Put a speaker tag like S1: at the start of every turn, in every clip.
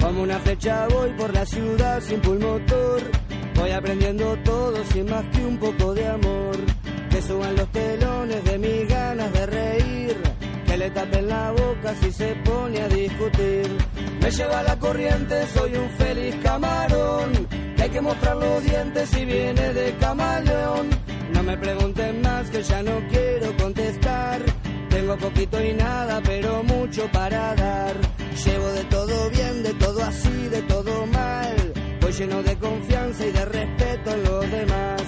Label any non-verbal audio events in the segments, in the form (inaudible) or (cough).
S1: Como una flecha voy por la ciudad sin pulmotor. Voy aprendiendo todo sin más que un poco de amor. Que suban los telones de mis ganas de reír. Que le tapen la boca si se pone a discutir. Me lleva la corriente, soy un feliz camarón. Que hay que mostrar los dientes si viene de camaleón. No me pregunten más que ya no quiero contestar. Tengo poquito y nada, pero mucho para dar. Llevo de todo bien, de todo así, de todo mal. Voy lleno de confianza y de respeto en los demás.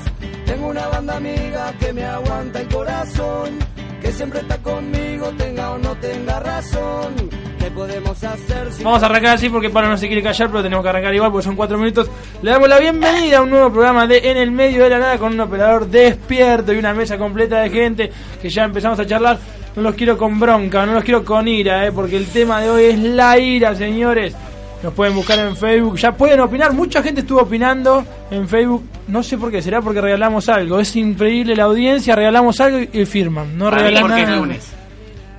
S1: Tengo una banda amiga que me aguanta el corazón, que siempre está conmigo, tenga o no tenga razón. ¿Qué podemos hacer si
S2: Vamos a arrancar así porque Pablo no se quiere callar, pero tenemos que arrancar igual porque son cuatro minutos. Le damos la bienvenida a un nuevo programa de En el Medio de la Nada con un operador despierto y una mesa completa de gente que ya empezamos a charlar. No los quiero con bronca, no los quiero con ira, eh, porque el tema de hoy es la ira, señores. Nos pueden buscar en Facebook, ya pueden opinar. Mucha gente estuvo opinando en Facebook, no sé por qué, será porque regalamos algo. Es increíble la audiencia, regalamos algo y, y firman. No
S3: Para mí
S2: regalan
S3: porque
S2: nada.
S3: es lunes.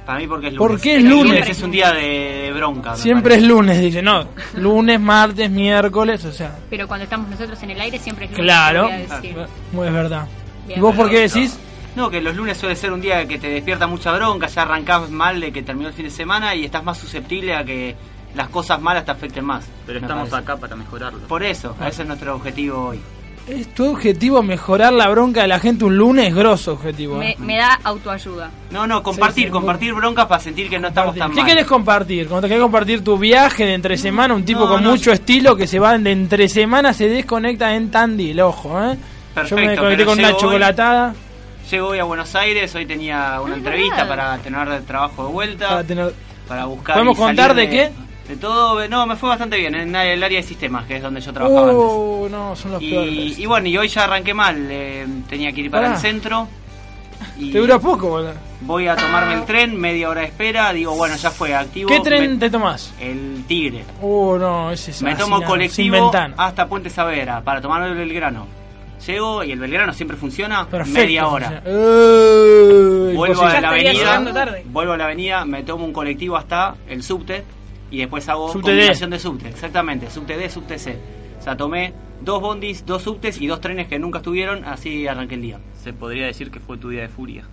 S3: Para mí porque es lunes.
S2: ¿Por qué es
S3: El
S2: lunes?
S3: es un día de, de bronca. me
S2: Siempre es
S3: parece.
S2: lunes, dice, no, lunes, martes, miércoles, o sea,
S4: Pero cuando estamos nosotros en el aire siempre es lunes,
S2: claro,
S4: voy a decir.
S2: Muy es verdad. Ah, ¿Y
S4: Bien.
S2: vos por qué decís?
S3: No, que los lunes suele ser un día que te despierta mucha bronca, ya arrancás mal de que terminó el fin de semana y estás más susceptible a que las cosas malas te afecten más.
S5: Pero
S3: me
S5: estamos
S3: parece.
S5: acá para mejorarlo.
S3: Por eso, ese es nuestro objetivo hoy.
S2: ¿Es tu objetivo mejorar la bronca de la gente un lunes? Grosso objetivo.
S4: Me,
S2: ¿eh?
S4: me da autoayuda.
S3: No, no, compartir,
S2: sí,
S3: compartir broncas para sentir que no estamos tan
S2: ¿Qué
S3: mal.
S2: querés compartir? ¿Cuando te querés compartir tu viaje de entre semana? Un tipo
S3: No,
S2: con
S3: no,
S2: mucho estilo que se va de entre semana, se desconecta en Tandil, ojo, ¿eh? Yo me
S3: Perfecto,
S2: desconecté
S3: pero
S2: con una
S3: llego hoy.
S2: chocolatada
S3: Llego hoy a Buenos Aires, hoy tenía una
S4: es
S3: entrevista
S4: verdad.
S3: para tener el trabajo de vuelta,
S2: para
S3: para,
S2: tener...
S3: buscar...
S2: ¿Podemos
S3: y salir
S2: contar de qué?
S3: De todo, no, me fue bastante bien, en el área de sistemas, que es donde yo trabajaba antes.
S2: Uh, no, son los
S3: Y,
S2: peores.
S3: y bueno, y hoy ya arranqué mal. eh, tenía que ir para
S2: Pará.
S3: el centro. Y
S2: Te dura poco, boludo.
S3: Voy a tomarme el tren, media hora de espera. Digo, bueno, ya fue, activo.
S2: ¿Qué tren
S3: me-
S2: te tomás?
S3: El Tigre.
S2: Uh, no, ese es
S3: Me tomo
S2: así, no, Sin
S3: colectivo
S2: ventana.
S3: hasta Puente Savera para tomar el Belgrano. Llego y el Belgrano siempre funciona.
S2: Perfecto.
S3: media hora.
S2: Uy, pues,
S3: Vuelvo a la
S6: eh, estaría
S3: avenida.
S6: llegando tarde.
S3: Vuelvo a la avenida, me tomo un colectivo hasta el subte y después hago
S2: Subte D.
S3: combinación de subte. Exactamente, subte D, subte C. O sea, tomé dos bondis, dos subtes y dos trenes que nunca estuvieron, así arranqué el día.
S5: Se podría decir que fue tu día de furia.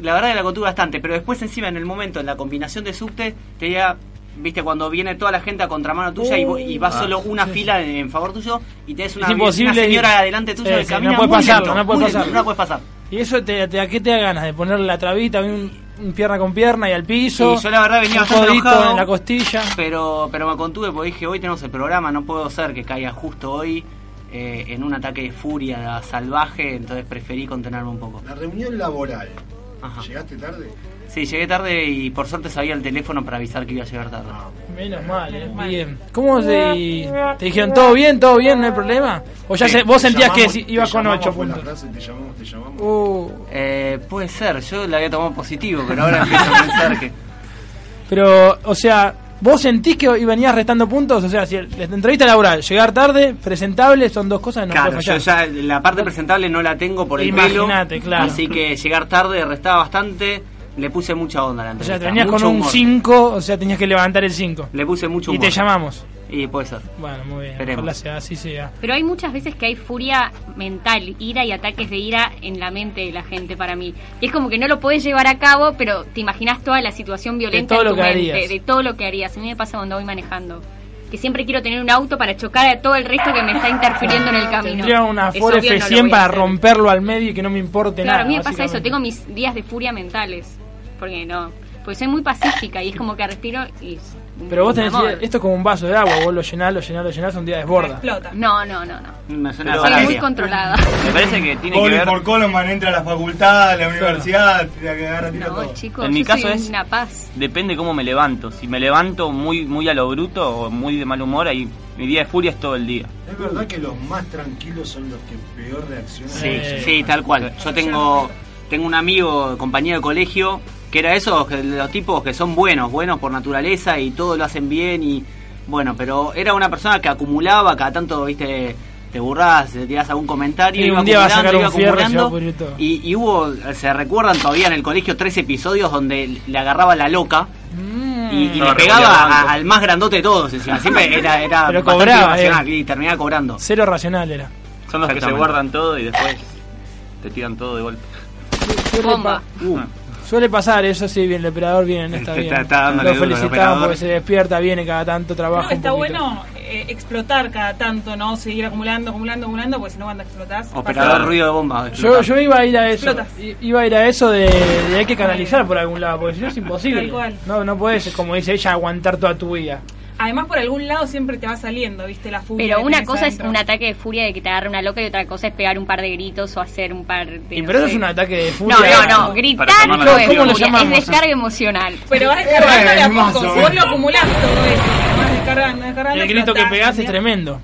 S3: La verdad que la contuve bastante, pero después encima en el momento, en la combinación de subte, tenía, viste, cuando viene toda la gente a contramano tuya y, vo- y va
S5: Ah,
S3: solo una
S2: Uh, sí,
S3: fila en, en favor tuyo y tenés una,
S2: Es imposible
S3: una señora
S2: ir.
S3: adelante
S2: Sí,
S3: tuya que
S2: sí,
S3: camina
S2: no puedes
S3: muy
S2: pasarlo,
S3: lento,
S2: no puedes
S3: muy lento,
S2: pasarlo.
S3: no puedes pasar.
S2: ¿Y eso te, te- a qué te da ganas? ¿De ponerle la trabita, un, un pierna con pierna y al piso?
S3: Sí, yo la verdad venía
S2: un
S3: bastante
S2: codito
S3: enojado.
S2: en la costilla.
S3: Pero, pero me contuve porque dije, hoy tenemos el programa, no puedo ser que caiga justo hoy eh, en un ataque de furia salvaje, entonces preferí contenerme un poco.
S7: La reunión laboral.
S3: Ajá.
S7: ¿Llegaste tarde?
S3: Sí, llegué tarde y por suerte sabía el teléfono para avisar que iba a llegar tarde.
S2: Menos mal, eh. Bien. ¿Cómo se, y- te dijeron todo bien, todo bien, no hay problema? ¿O ya se- vos sentías que si- ibas con 8
S7: Fue la
S2: puntos?
S7: frase, te llamamos, te llamamos.
S2: Uh,
S3: Eh, puede ser, yo la había tomado positivo, pero ahora empiezo a pensar que.
S2: pero, o sea, ¿vos sentís que y venías restando puntos? O sea, si el- la entrevista laboral, llegar tarde, presentable, son dos cosas que no
S3: claro,
S2: puedes
S3: yo
S2: fallar.
S3: ya la parte presentable no la tengo por el pelo.
S2: Imagínate, claro.
S3: Así que llegar tarde restaba bastante. Le puse mucha onda a la
S2: O
S3: entrevista.
S2: sea, te venías con
S3: mucho
S2: un
S3: humor.
S2: 5, o sea, tenías que levantar el 5.
S3: Le puse mucho
S2: Y
S3: humor.
S2: te llamamos.
S3: Y puede ser.
S2: Bueno, muy bien.
S3: Esperemos.
S2: Ojalá sea, así sea.
S4: Pero hay muchas veces que hay furia mental, ira y ataques de ira en la mente de la gente para mí. Y es como que no lo puedes llevar a cabo, pero te imaginas toda la situación violenta
S2: todo
S4: en
S2: lo
S4: tu
S2: que
S4: mente,
S2: harías.
S4: de todo lo que harías. A mí me pasa cuando voy manejando. Que siempre quiero tener un auto para chocar a todo el resto que me está interfiriendo en el camino.
S2: Tendría una
S4: Es
S2: Ford
S4: obvio, no lo
S2: F100
S4: voy a
S2: para
S4: hacer.
S2: romperlo al medio y que no me importe
S4: Claro,
S2: nada.
S4: a mí me pasa eso.
S2: básicamente.
S4: Tengo mis días de furia mentales. Porque no. Porque soy muy pacífica y es como que respiro y.
S2: Pero vos
S4: mi
S2: tenés.
S4: amor.
S2: Esto es como un vaso de agua. Vos lo llenás, lo llenás, lo llenás. Un día desborda.
S6: Explota.
S4: No, no, no, no.
S3: Me
S5: Pero
S3: suena a
S4: Soy
S5: Valeria.
S4: muy
S3: Valeria.
S4: controlada.
S5: Me parece que tiene que
S8: Cole
S5: ver.
S8: por Coleman entra a la facultad, a la universidad, tira que agarra, tira
S4: No,
S8: todo.
S4: chicos,
S5: En mi
S4: yo
S5: caso
S4: soy
S5: es-
S4: una paz.
S5: Depende cómo me levanto. Si me levanto muy muy a lo bruto o muy de mal humor, ahí mi día de furia es todo el día.
S7: Es verdad que los más tranquilos son los que peor reaccionan. Eh,
S3: Sí,
S2: Sí.
S3: sí, tal
S2: eh,
S3: cual. Yo tengo tengo un amigo, compañero de colegio, que era esos que- los tipos que son buenos, buenos por naturaleza y todo lo hacen bien y bueno, pero era una persona que acumulaba cada tanto, viste, te burrás, te tirás algún comentario,
S2: Y
S3: iba
S2: un día va a
S3: acumulando,
S2: sacar
S3: iba
S2: un fierro y se va a
S3: acumulando,
S2: pudrir todo.
S3: y, y hubo, se recuerdan todavía en el colegio tres episodios donde le agarraba la loca Y,
S2: Mm.
S3: y
S5: No,
S3: le
S5: revolía
S3: pegaba
S5: el banco.
S3: a- al más grandote de todos
S2: (laughs)
S3: encima. Siempre era, era
S2: Pero
S3: bastante
S2: cobraba, eh.
S3: irracional, y terminaba cobrando.
S2: Cero racional era.
S5: Son los que se
S3: Exactamente.
S5: guardan todo y después te tiran todo de golpe.
S4: Bomba.
S3: Uh,
S2: Suele pasar, eso sí, bien, el operador viene, está
S3: Este, Está-
S2: bien.
S3: está- está dándole
S2: Lo
S3: duro al
S2: felicitamos
S3: operador.
S2: porque se despierta, viene cada tanto, trabaja.
S6: No,
S2: un
S6: está
S2: poquito.
S6: bueno eh, explotar cada tanto, ¿no? Seguir acumulando, acumulando, acumulando, porque si no, cuando explotás.
S2: Oh.
S3: operador ruido de bomba.
S2: Yo, yo iba a ir a eso,
S6: Explotas.
S2: i- iba a ir a eso de, de hay que canalizar por algún lado, porque si no es imposible.
S6: Tal cual.
S2: No, no puedes, como dice ella, aguantar toda tu vida.
S6: Además, por algún lado siempre te va saliendo, ¿viste? La furia.
S4: Pero
S6: que
S4: una
S6: tenés
S4: cosa es
S6: adentro.
S4: un ataque de furia de que te agarre una loca y otra cosa es pegar un par de gritos o hacer un par de.
S2: Y
S4: no
S2: pero eso
S4: sé.
S2: es un ataque
S4: No,
S2: de furia.
S4: no, no.
S5: Para
S4: Gritar
S5: llamar la
S4: no es
S5: atención.
S2: ¿Cómo Eh, lo
S4: furia, es
S2: llamamos?
S4: descarga emocional.
S6: Pero vas descargando de a
S8: más
S6: poco.
S8: o
S6: Si vos lo acumulás todo eso, vas descargando, descargando.
S2: El grito que
S6: explotás,
S2: pegás es
S6: ¿entendés?
S2: tremendo.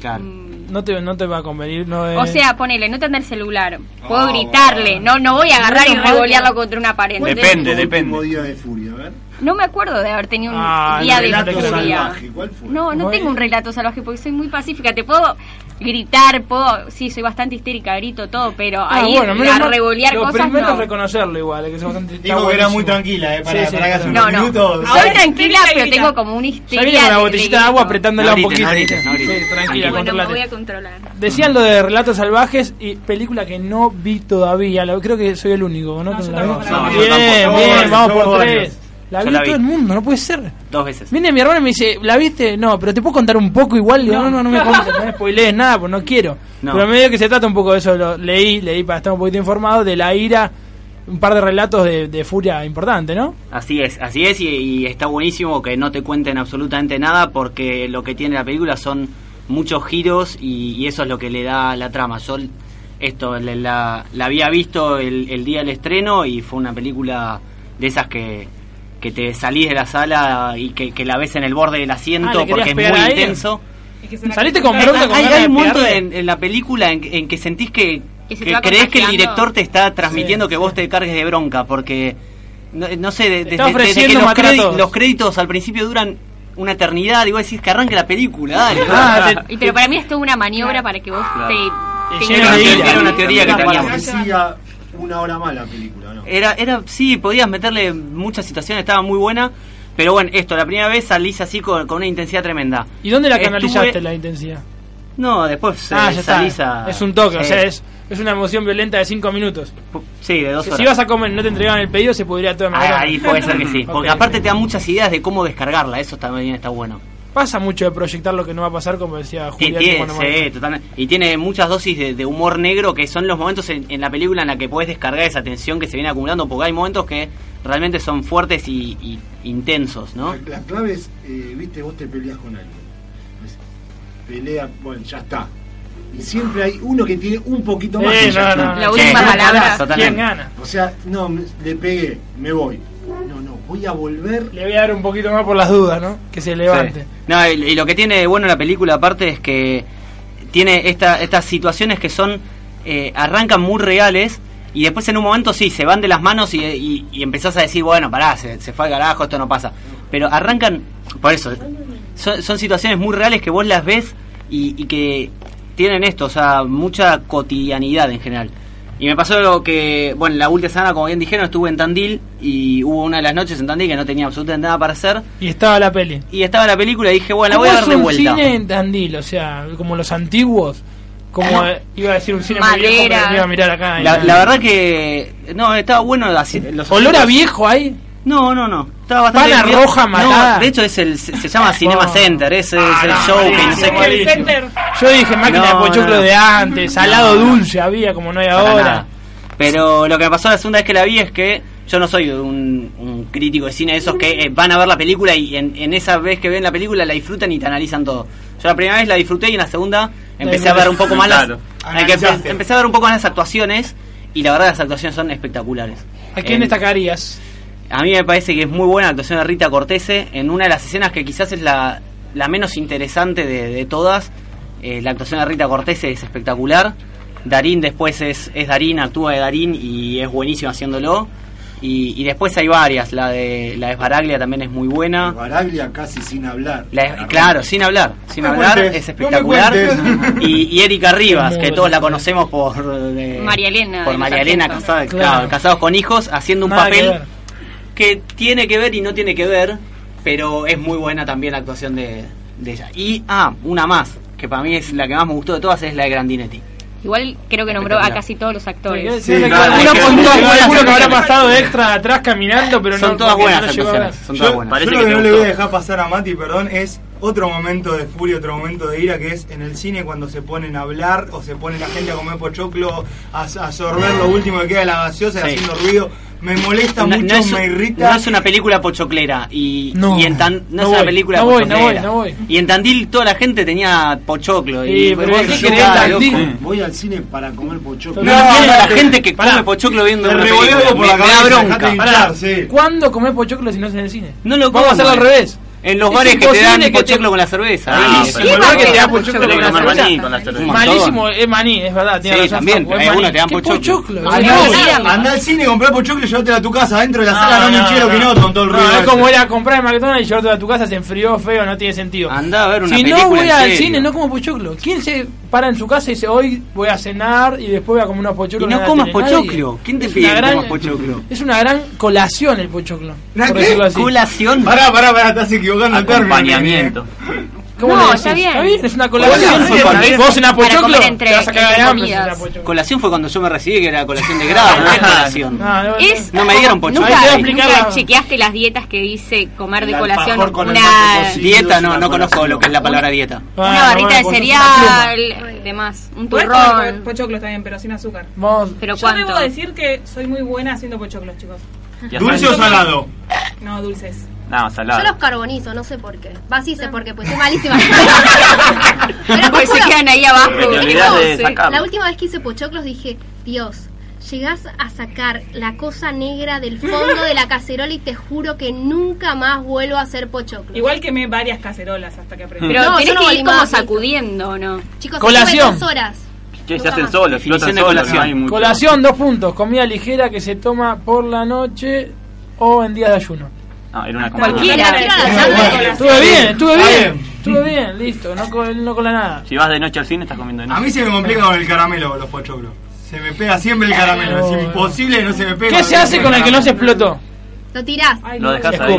S3: Claro.
S2: No te, no te va a convenir. No es...
S4: Mm. O sea, ponele, no tener celular. Puedo
S8: Ah,
S4: gritarle, no no voy a agarrar y
S2: Bueno,
S4: revolearlo contra una pared. ¿entendés?
S5: Depende,
S7: Último
S5: depende.
S7: día de furia, a ver.
S4: No me acuerdo de haber tenido un
S2: Ah,
S4: día
S2: el
S4: de
S2: relato
S4: furia.
S7: salvaje, ¿cuál fue?
S4: No, no
S2: Muy-
S4: tengo un relato salvaje porque soy muy pacífica. Te puedo gritar, puedo. Sí, soy bastante histérica, grito todo, pero
S2: Ah,
S4: ahí
S2: menos
S4: a
S2: mal.
S4: revolear
S2: Lo
S4: cosas.
S2: primero
S4: No.
S2: es reconocerlo igual. es Que es bastante- está
S8: Dijo que era
S2: buenísimo.
S8: muy tranquila, eh, para,
S2: Sí, sí,
S8: para que hace
S2: claro.
S4: No,
S8: unos
S4: no.
S8: minutos.
S4: Soy
S6: Ahora,
S4: tranquila,
S6: grita y
S4: pero
S6: grita.
S4: tengo como una
S2: Ya
S4: histeria.
S2: viene con la
S4: de-
S2: botellita de agua apretándola
S3: No
S2: un
S3: grites,
S2: poquito.
S3: no grites, no grites.
S2: Sí, tranquila,
S4: Bueno, me
S2: controlate.
S4: voy a controlar.
S2: Decían lo de relatos salvajes y película que no vi todavía. la- creo que soy el único, ¿no?
S6: No,
S2: Que
S6: yo
S2: la
S6: tampoco
S2: vi.
S5: vi.
S6: la
S2: bien,
S5: No, yo tampoco.
S2: bien,
S5: Somos
S2: vamos por
S5: varios.
S2: tres. La
S5: Yo
S2: vi
S5: la
S2: todo
S5: vi.
S2: el mundo, no puede ser.
S3: Dos veces.
S2: Viene mi hermano y me dice, ¿la viste? No, pero te puedo contar un poco igual. Digo, no,
S5: (laughs)
S2: no, no me cuentes, no me spoilees nada, pues no quiero.
S3: No.
S2: Pero medio que se trata un poco de eso, lo leí, leí para estar un poquito informado, de la ira, un par de relatos de, de furia importante, ¿no?
S3: Así es, así es, y, y está buenísimo que no te cuenten absolutamente nada porque lo que tiene la película son muchos giros y, y eso es lo que le da la trama. Yo esto la, la- la había visto el, el día del estreno y fue una película de esas que, que te salís de la sala y que, que la ves en el borde del asiento
S2: Ah, ¿le querías
S3: porque es muy
S2: pegar a ella?
S3: intenso.
S6: Y que se la
S2: Saliste
S6: quitan.
S2: con bronca,
S3: Hay,
S2: ganas
S3: hay
S2: de
S3: un momento
S2: pegarle.
S3: en, en la película en, en que sentís que,
S4: Que se
S3: que
S4: te va
S3: crees que el
S4: contagiando.
S3: director te está transmitiendo
S2: Sí,
S3: que vos te cargues de bronca, porque no, no sé, de-
S2: Te
S3: desde,
S2: está
S3: desde que
S2: ofreciendo
S3: los,
S2: matar a
S3: crédi-
S2: todos.
S3: los créditos al principio duran una eternidad, y vos decís que arranque la película, dale.
S2: Ah, te-
S4: Y, pero para mí es toda una maniobra para que vos
S2: Te
S4: te. te-
S2: llena de ira.
S3: Era una teoría que
S7: Era para
S3: teníamos.
S7: que siga una hora más la película, ¿no?
S3: Era, era, sí, podías meterle muchas situaciones, estaba muy buena. Pero bueno, esto, la primera vez salís así con, con una intensidad tremenda.
S2: ¿Y dónde la
S3: Estuve-
S2: canalizaste la intensidad?
S3: No, después eh,
S2: ah, ya
S3: salís
S2: está.
S3: a...
S2: Es un toque, o
S3: eh,
S2: sea, es, es una emoción violenta de 5 minutos.
S3: Sí, de dos
S2: Si,
S3: horas.
S2: si vas a comer y no te entregaban el pedido, se pudría todo
S3: Ah, Ahí puede ser que
S2: (laughs)
S3: sí. Porque
S2: Ok.
S3: aparte te da muchas ideas de cómo descargarla. Eso también está bueno.
S2: Pasa mucho de proyectar lo que no va a pasar, como decía
S3: Y
S2: Julián.
S3: tiene,
S2: cuando
S3: sí,
S2: muere.
S3: totalmente. y tiene muchas dosis de, de humor negro que son los momentos en, en la película en la que puedes descargar esa tensión que se viene acumulando. Porque hay momentos que realmente son fuertes y, y intensos, ¿no?
S7: La, la clave es, eh, viste, vos te peleas con alguien. Es- Pelea, bueno, ya está. Y siempre hay uno que tiene un poquito más.
S2: Eh,
S7: y ya
S2: no,
S7: está.
S2: no.
S4: La
S3: Sí,
S4: última
S3: no,
S4: palabra.
S2: ¿Quién
S3: totalmente.
S2: gana?
S7: O sea, no, me- le pegué, me voy. No, no, voy a volver.
S2: Le voy a dar un poquito más por las dudas, ¿no? Que se levante.
S3: Sí. No, y, y lo que tiene de bueno la película aparte es que tiene esta- estas situaciones que son eh, arrancan muy reales y después en un momento sí, se van de las manos y, y- y empezás a decir, bueno, pará, se, se fue al carajo, esto no pasa. Pero arrancan, por eso, son, son situaciones muy reales que vos las ves y, y que tienen esto, o sea, mucha cotidianidad en general. Y me pasó lo que, bueno, la última semana, como bien dijeron, estuve en Tandil y hubo una de las noches en Tandil que no tenía absolutamente nada para hacer
S2: Y estaba la peli.
S3: y estaba la película y dije, bueno, la voy a
S2: ¿Cómo
S3: dar de
S2: es un
S3: vuelta.
S2: cine en Tandil, o sea, como los antiguos. Como eh, iba a decir un cine muy viejo,
S4: Madera.
S2: pero me iba a mirar acá.
S3: La, la verdad que no, estaba bueno así, los
S2: ¿Olor a
S3: asientos-
S2: viejo ahí?
S3: No, no, no. Estaba bastante
S2: Pana
S3: bien.
S2: roja matada.
S3: No, de hecho es el se,
S2: (laughs)
S3: se llama Cinema
S2: Oh.
S3: Center, ese es
S2: Ah,
S3: el
S2: no,
S3: show que
S2: malísimo,
S3: no sé qué.
S6: El
S2: malísimo.
S6: center.
S2: Yo dije máquina
S3: No,
S2: de pochoclo
S3: no.
S2: de antes, salado
S3: No, no.
S2: dulce había como no hay
S3: para
S2: ahora.
S3: nada. Pero lo que me pasó la segunda vez que la vi es que yo no soy un, un crítico de cine de esos que eh, van a ver la película y en, en esa vez que ven la película la disfrutan y te analizan todo. Yo la primera vez la disfruté y en la segunda empecé a ver un poco más las,
S5: Claro.
S3: hay que empe-
S8: Analizaste.
S3: empecé a ver un poco más las actuaciones y la verdad las actuaciones son espectaculares.
S2: ¿A quién
S3: En-
S2: destacarías?
S3: A mí me parece que es muy buena la actuación de Rita Cortese en una de las escenas que quizás es la, la menos interesante de, de todas. Eh, la actuación de Rita Cortese es espectacular. Darín después es, es Darín, actúa de Darín y es buenísimo haciéndolo. Y, y después hay varias, la de la de Baraglia también es muy buena.
S7: Baraglia casi sin hablar.
S3: La de- claro, sin hablar, sin
S8: No me
S3: hablar,
S8: cuentes,
S3: es
S8: no me
S3: espectacular.
S8: cuentes.
S3: y,
S2: (laughs)
S3: y Erika Rivas,
S2: Muy
S3: que
S2: buena.
S3: todos la conocemos por eh,
S4: María Elena de
S3: por
S4: los
S3: María Elena
S4: Sargentos.
S3: Casada-
S2: Claro.
S3: claro, casados con hijos, haciendo un
S2: Nada que
S3: papel
S2: ver.
S3: que, que tiene que ver y no tiene que ver, pero es muy buena también la actuación de, de ella. Y, ah, una más, que para mí es la que más me gustó de todas, es la de Grandinetti.
S4: Igual creo que nombró a
S3: Espectacular.
S4: casi todos los actores.
S2: Sí,
S3: Sí,
S2: que-
S3: claro,
S2: uno
S3: es que-
S2: con dos,
S3: es que-
S2: alguno que
S3: es que-
S2: habrá pasado de extra atrás caminando, pero
S3: son
S2: no
S3: todas
S2: porque no
S3: buenas
S2: llegó a
S3: actuaciones.
S2: hablar.
S3: Son todas
S8: Yo,
S3: buenas.
S8: yo
S5: Parece
S8: lo
S5: que
S8: que,
S5: te
S8: no le voy a
S5: gustó.
S8: dejar pasar a Mati, perdón, es otro momento de furia, otro momento de ira, que es en el cine cuando se ponen a hablar o se pone la gente a comer pochoclo, a, a sorber lo último que queda de la gaseosa,
S3: Sí.
S8: haciendo ruido. Me molesta
S3: No,
S8: mucho,
S3: no es,
S8: me irrita.
S3: no es una película pochoclera y,
S2: No,
S3: y en tan,
S2: no
S3: no, es
S2: voy,
S3: una película
S2: no voy, no voy,
S3: pochoclera.
S2: no voy.
S3: Y en Tandil toda la gente tenía pochoclo y
S2: Sí, pero
S3: vos
S2: es que yo
S3: decís, "Ah,
S2: voy a
S3: loco".
S2: Tandil.
S7: Voy al cine para comer pochoclo.
S3: No,
S2: No,
S3: entiendo a la
S2: espérate,
S3: gente que
S2: pará.
S3: come pochoclo viendo
S8: Te
S3: una
S8: revoleo
S3: película.
S8: por
S3: Me,
S8: la
S3: me da
S8: cabeza,
S3: bronca.
S8: dejate de-
S2: Pará,
S8: Claro, sí.
S2: ¿Cuándo comés pochoclo si no es en el cine?
S3: No lo
S2: Vamos a
S3: como,
S2: hacerlo al
S3: eh.
S2: revés.
S3: En los
S2: Es
S3: bares que te dan
S2: imposible que
S3: pochoclo
S2: te-
S3: con la cerveza.
S5: Ah,
S3: ahí,
S5: pero
S3: sí,
S5: el
S3: boludo,
S5: que te da
S2: pochoclo
S5: Tenés que
S2: con la
S5: tomar
S2: cerveza.
S5: maní con la cerveza.
S3: Un montón.
S2: Malísimo, es maní, es verdad. tiene
S3: Sí,
S2: razón,
S3: también,
S2: Facu, es
S3: hay
S2: maní.
S3: algunos que dan
S2: ¿Qué
S3: pochoclo?
S9: Ah,
S2: Es
S4: Andá-
S2: maní.
S4: Sí,
S8: Andá, andá al cine, comprá pochoclo y llévatela a tu casa, adentro de la sala, no, me quiero que no, con todo el
S2: No,
S8: ruido.
S2: es
S8: ese.
S2: como ir a comprar en McDonald's y llevártelo a tu casa, se enfrió feo, no tiene sentido.
S3: Andá a ver una
S2: si
S3: película.
S2: no voy
S3: en
S2: al
S3: serio.
S2: cine, no como pochoclo. ¿Quién se para en su casa y dice, hoy voy a cenar y después voy a comer unos
S3: Y
S2: pochoclos? en
S3: no
S2: la
S3: comas
S2: tele"? Nadie.
S3: pochoclo. ¿Quién te
S2: Es
S3: pide
S2: una
S3: que
S2: gran-
S3: comas pochoclo?
S2: Es una gran colación el pochoclo.
S8: ¿La
S2: Por
S8: qué?
S2: decirlo así.
S3: Colación.
S8: Pará, pará, pará, estás equivocando el término.
S5: Acompañamiento.
S2: ¿Cómo
S4: No,
S2: le decís?
S4: está bien.
S2: es una colación.
S3: Colación fue para-
S2: Vos cenás
S4: para
S2: pochoclo,
S4: comer entre-
S2: te vas a cagar de
S4: entre
S2: hambre si
S4: comidas.
S2: cenás pochoclo.
S3: Colación fue cuando yo me recibí, que era colación de grado,
S2: (laughs)
S3: no es colación.
S2: No, no, no.
S4: Es-
S3: No me dieron pochoclo.
S2: Ahí te voy a
S4: Nunca,
S2: explicar
S4: nunca
S2: la-
S4: chequeaste las dietas que dice comer de
S7: El
S4: colación
S7: alfajor con el
S4: una,
S7: mate cocido.
S3: Dieta, no, no conozco lo que es la palabra dieta.
S2: Ah,
S4: una
S2: no,
S4: barrita de
S2: bueno,
S4: cereal, demás, un
S6: Podés comer
S4: turrón.
S6: pochoclo está bien, pero sin azúcar.
S2: Vos,
S4: Pero
S6: Yo debo
S4: cuánto.
S6: decir que soy muy buena haciendo pochoclos, chicos.
S5: Ya
S8: ¿Dulce o
S5: saben.
S8: salado?
S6: No, dulces.
S5: No,
S10: Yo los
S5: salado.
S10: carbonizo, no sé por qué. Va, sí sé por qué, pues soy
S6: (laughs)
S10: malísima. Pero
S4: Pues se
S10: juro,
S4: quedan ahí abajo.
S5: Me olvidás de
S4: Sí.
S5: sacar.
S10: la última vez que hice pochoclos dije, Dios, llegás a sacar la cosa negra del fondo de la cacerola y te juro que nunca más vuelvo a hacer pochoclos.
S6: Igual quemé varias cacerolas hasta que
S2: Hmm.
S6: aprendí.
S4: Pero
S10: No,
S4: tenés
S10: yo no
S4: que
S10: valí
S4: ir como
S10: más,
S4: sacudiendo, ¿o ¿no?
S10: Chicos,
S2: Colación.
S10: estuve dos horas.
S5: Que se
S10: Nunca
S5: hacen
S10: más.
S5: solos, flotan
S3: Definición de
S5: solos.
S3: colación.
S5: no hay mucho.
S2: Colación, dos puntos. Comida ligera que se toma por la noche o en día de ayuno.
S5: No, era una
S4: Cualquiera.
S5: compañía.
S2: Ah, Estuve bien, estuve
S8: Está
S2: bien.
S8: bien.
S2: Estuve bien, listo. No, co- no cola nada.
S5: Si vas de noche al cine, estás comiendo de
S8: A
S5: noche.
S8: mí se me complica con el caramelo, con los pochoclos. Se me pega siempre el caramelo,
S2: Oh.
S8: es imposible que no se me pegue.
S2: ¿Qué se hace con el que no se explotó?
S10: Lo tirás.
S6: Ay,
S5: Lo
S6: no,
S5: dejas
S6: no,
S5: ahí.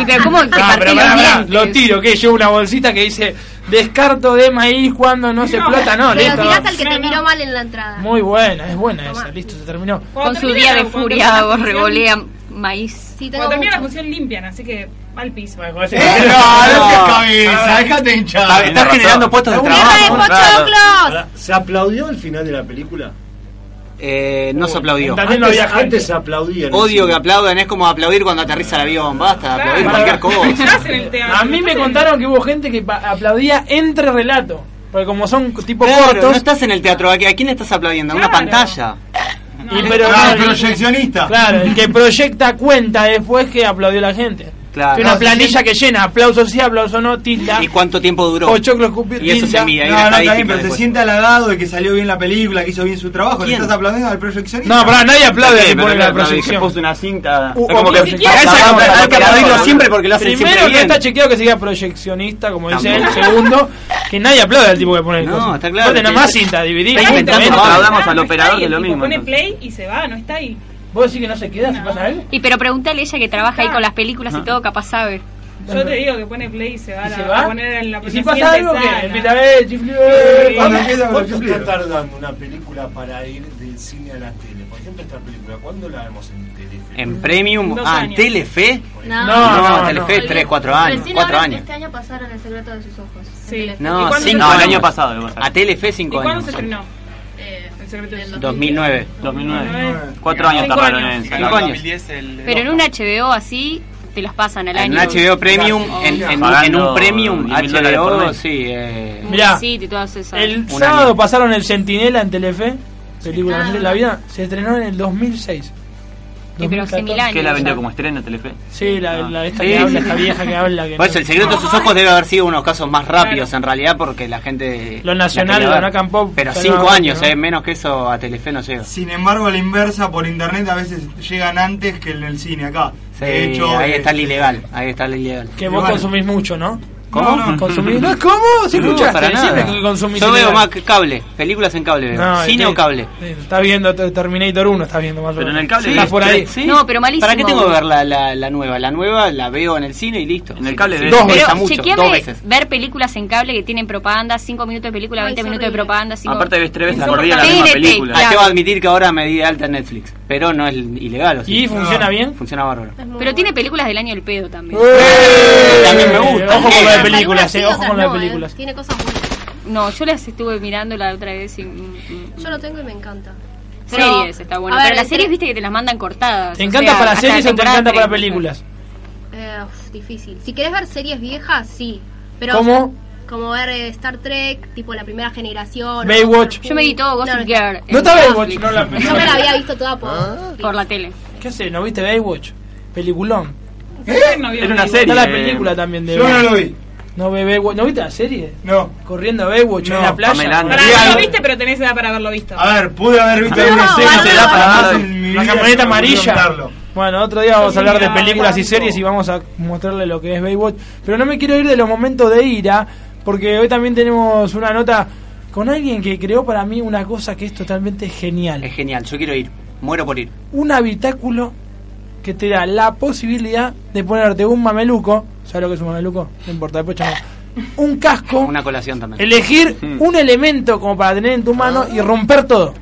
S4: Y pero ¿cómo te
S2: Ah,
S4: partí
S2: pero pará,
S4: los
S2: pará,
S4: dientes?
S2: lo tiro, que llevo una bolsita que dice descarto de maíz cuando no se explota, no,
S10: Pero
S2: listo.
S10: tirás al que te miró mal en la entrada.
S2: Muy buena, es buena esa, listo, se terminó.
S4: Con
S6: Cuando
S4: su
S6: termina
S4: día de
S6: la- cuando
S4: furia
S6: termina la
S4: vos
S6: función-
S4: revolea maíz.
S10: Sí, tengo
S6: Cuando termina la
S10: mucho.
S6: función limpian, así que al piso.
S8: Eh,
S6: (laughs)
S8: (laughs) No, no seas cabeza, déjate hinchar.
S3: Estás
S5: razón.
S3: generando puestos de
S7: Una
S10: ¡Guerra de
S3: trabajo.
S10: pochoclos!
S7: ¿Se aplaudió al final de la película?
S3: Eh, no se aplaudió.
S2: También no había
S7: Antes,
S2: gente.
S7: antes se aplaudía. en el
S3: Odio que
S7: cine.
S3: aplaudan, es como aplaudir cuando aterriza el avión, basta, de aplaudir cualquier
S6: Claro.
S2: (laughs)
S3: cosa.
S6: Estás en el teatro,
S2: A mí
S6: estás
S2: me
S6: en-
S2: contaron que hubo gente que pa- aplaudía entre relato, porque como son tipo
S3: Claro, no
S2: cortos,
S3: estás en el teatro, ¿a qué- a quién estás aplaudiendo? ¿A una
S6: Claro.
S3: pantalla?
S2: y pero
S8: Ah,
S2: claro,
S8: proyeccionista.
S2: claro, el que proyecta cuenta después que aplaudió la gente.
S3: Claro.
S2: Tiene una planilla que llena, aplauso sí, aplauso no, tilda.
S3: ¿Y cuánto tiempo duró?
S2: Pochoclo escupir
S3: Y eso se
S2: tinta.
S3: mide, hay
S8: No,
S3: una
S8: no, está
S3: estadística
S8: bien, pero te
S3: después.
S8: sientes halagado de que salió bien la película, que hizo bien su trabajo.
S3: ¿Quién?
S8: Le estás aplaudiendo al proyeccionista.
S2: No, pará, nadie aplaude
S5: Sí,
S2: si
S5: pero
S2: pone
S5: era
S2: la
S5: otra vez que
S2: proyección.
S5: puso una cinta.
S2: U-
S5: es como
S2: o-
S5: que
S2: ni siquiera
S5: Ah,
S2: esa-
S5: vamos,
S2: hay
S5: hay
S2: que
S5: que abrirlo
S2: aplaudirlo.
S5: siempre.
S3: porque lo hacen
S2: Primero,
S3: siempre
S2: que
S3: bien.
S2: está chequeado que sea proyeccionista, como dice él.
S3: Tampoco.
S2: Segundo, que nadie aplaude al tipo que pone el
S3: No,
S2: coso.
S3: está claro
S2: Vos tenés
S3: que-
S2: más cinta, dividí.
S3: Está
S2: veinte,
S3: inventando
S2: veinte.
S5: Aplaudamos
S6: No está
S5: al
S6: ahí,
S5: operador, que es
S6: el
S5: lo
S6: tipo
S5: mismo,
S6: Pone
S5: entonces.
S6: play y se va, no está ahí.
S2: ¿Vos decís que no se queda si pasa algo? Ah.
S4: Y pero pregúntale a ella que trabaja ahí con las películas y todo, capaz sabe.
S6: Yo te digo que pone play y se va,
S2: ¿Y
S6: la-
S2: se
S6: a
S2: va?
S6: poner en la
S2: ¿Y si pasa
S6: siguiente
S2: algo que
S6: sala.
S2: Empieza a ver, chiflió.
S8: Eh,
S2: vamos.
S8: cuando empieza con el
S7: ¿Cuánto está
S8: chiflido.
S7: tardando una película para ir del cine a la tele? Por ejemplo, esta película, ¿cuándo la vemos en Telefe?
S3: En Premium,
S6: Dos
S3: ah, en
S6: años.
S3: Telefe.
S2: No, no, no.
S3: Telefe, 3, 4 años.
S10: Recién
S3: 4
S10: ahora,
S3: años.
S10: Este año pasaron el secreto de sus ojos.
S6: Sí.
S10: En
S6: ¿Y
S3: No,
S6: cuándo se
S3: cinco
S5: No, el
S6: estrenó?
S5: año pasado. lo pasaron.
S3: A Telefe, 5
S6: ¿Y cuándo
S3: años.
S6: se estrenó?
S10: eh,
S6: El secreto de sus ojos.
S3: 2009.
S5: 2009.
S6: 2009.
S5: Cuatro años
S6: Cinco
S5: tardaron en
S6: años.
S3: Cinco
S5: sacarlo.
S3: años.
S4: Pero en un HBO así, te las pasan al
S3: En
S4: año.
S3: un HBO Premium, en, en- en
S5: Pagando
S3: un Premium
S5: 10.000 dólares por
S3: HBO,
S5: mes.
S3: sí. Eh,
S4: Movie
S2: Mirá,
S4: City y todas esas.
S2: El
S3: Un
S2: sábado
S3: año.
S2: pasaron El Centinela en Telefe, película
S10: Ah.
S2: de la vida, se estrenó en el 2006.
S4: Que pero hace mil
S2: 2014.
S4: años.
S5: ¿Qué la vendió como estreno Telefe?
S2: Sí, la, la esta
S3: Sí,
S2: que habla,
S3: sí,
S2: esta vieja que habla. Que
S3: Por eso,
S2: no-
S3: el secreto de sus ojos debe haber sido uno de los casos más rápidos en realidad, porque la gente.
S2: Lo nacional,
S3: la quería
S2: lo
S3: ver.
S2: Nacan Pop,
S3: Pero
S2: salió
S3: 5
S2: antes,
S3: años,
S2: ¿no?
S3: eh, menos que eso a Telefe no llega.
S8: Sin embargo, a la inversa, por internet a veces llegan antes que en el cine acá.
S3: Sí, ahí
S8: eh,
S3: está el ilegal. Ahí está el ilegal.
S2: que vos
S8: Igual.
S2: consumís mucho, ¿no?
S3: ¿Cómo?
S2: No, no, consumís- no, ¿cómo? Sí, escuchaste,
S3: para nada.
S2: siempre que consumís
S3: Yo veo
S2: ilegal.
S3: más que cable, películas en cable. veo.
S2: No,
S3: Cine
S2: este-
S3: o cable.
S2: Estás viendo T- Terminator 1, estás viendo más o
S1: Pero en
S2: menos.
S1: el cable
S2: Estás
S1: ves
S2: por ahí.
S3: ¿Sí?
S4: No, pero malísimo.
S3: ¿Para qué tengo que ver la, la, la nueva? La nueva la veo en el cine y listo.
S1: En el cable
S3: Sí,
S1: ves.
S3: dos
S1: Pero
S3: veces, a
S4: Pero
S3: mucho,
S4: chequeame
S3: dos veces.
S4: ver películas en cable que tienen propaganda, 5 minutos de película,
S10: Ay,
S4: 20
S10: es
S4: minutos de
S10: horrible.
S4: propaganda, cinco-
S1: Aparte ves tres veces
S6: Son
S1: por día la
S4: cortadas.
S1: misma
S4: Tírate,
S1: película.
S4: claro.
S3: Ah, debo admitir que ahora me di de alta en Netflix, pero no es ilegal. O sea,
S2: ¿Y funciona bien?
S3: Funciona bárbaro.
S10: Es muy
S4: Pero
S10: bueno.
S4: tiene películas del año del pedo también.
S3: Eh, También me gusta.
S10: Algunas
S2: Eh, Ojo con las películas,
S10: sí,
S2: eh, ojo
S10: otras
S2: con las
S10: no, eh.
S2: películas.
S10: Tiene cosas buenas.
S4: No, yo las estuve mirando la otra vez y... mm, mm.
S10: Yo lo tengo y me encanta.
S4: series está bueno.
S10: a
S4: Pero
S10: ver,
S4: las
S10: entre-
S4: series viste que te las mandan cortadas.
S2: ¿Te
S4: o
S2: encanta
S4: sea,
S2: para
S4: hasta
S2: series o te
S4: temporada
S2: encanta para
S4: tres.
S2: películas?
S10: Eh, uf, difícil. Si querés ver series viejas, sí. Pero
S2: ¿Cómo?
S10: Como ver eh, Star Trek, tipo la primera generación. o Doctor
S2: Baywatch.
S10: Who.
S4: Yo me di todo Gossip
S10: No, no.
S4: Girl. Eh. en
S2: No está Baywatch,
S4: Netflix.
S2: no la
S10: Yo me la había visto toda por.
S3: Ah.
S4: Por la tele.
S2: ¿Qué haces? ¿No viste Baywatch? Peliculón.
S6: No
S1: Era una serie.
S2: ¿Eh? Está la
S1: eh,
S2: película también de
S9: Yo no lo vi.
S2: ¿No, ve Baywatch? ¿No viste la serie?
S9: No.
S2: Corriendo a Baywatch
S9: No,
S2: en la playa.
S1: Pamela
S6: Para,
S1: Anderson.
S6: no lo viste, pero tenés edad para haberlo visto.
S9: A ver, pude haber visto
S10: No,
S9: alguna
S10: no,
S9: escena.
S10: no se da para
S9: jamás
S10: nada.
S9: en mi vida
S2: La
S9: se me ocurrió
S2: camioneta amarilla.
S9: contarlo.
S2: Bueno, otro día vamos a hablar de
S6: Mira,
S2: películas y
S6: tanto.
S2: series y vamos a mostrarle lo que es Baywatch. Pero no me quiero ir de los momentos de ira, porque hoy también tenemos una nota con alguien que creó para mí una cosa que es totalmente genial.
S3: Es genial, yo quiero ir. Muero por ir.
S2: Un habitáculo que te da la posibilidad de ponerte un mameluco. ¿Sabes lo que es un mameluco? No importa, después charlamos. Un casco
S3: Una colación también.
S2: elegir un elemento como para tener en tu mano
S3: Ah.
S2: y romper todo.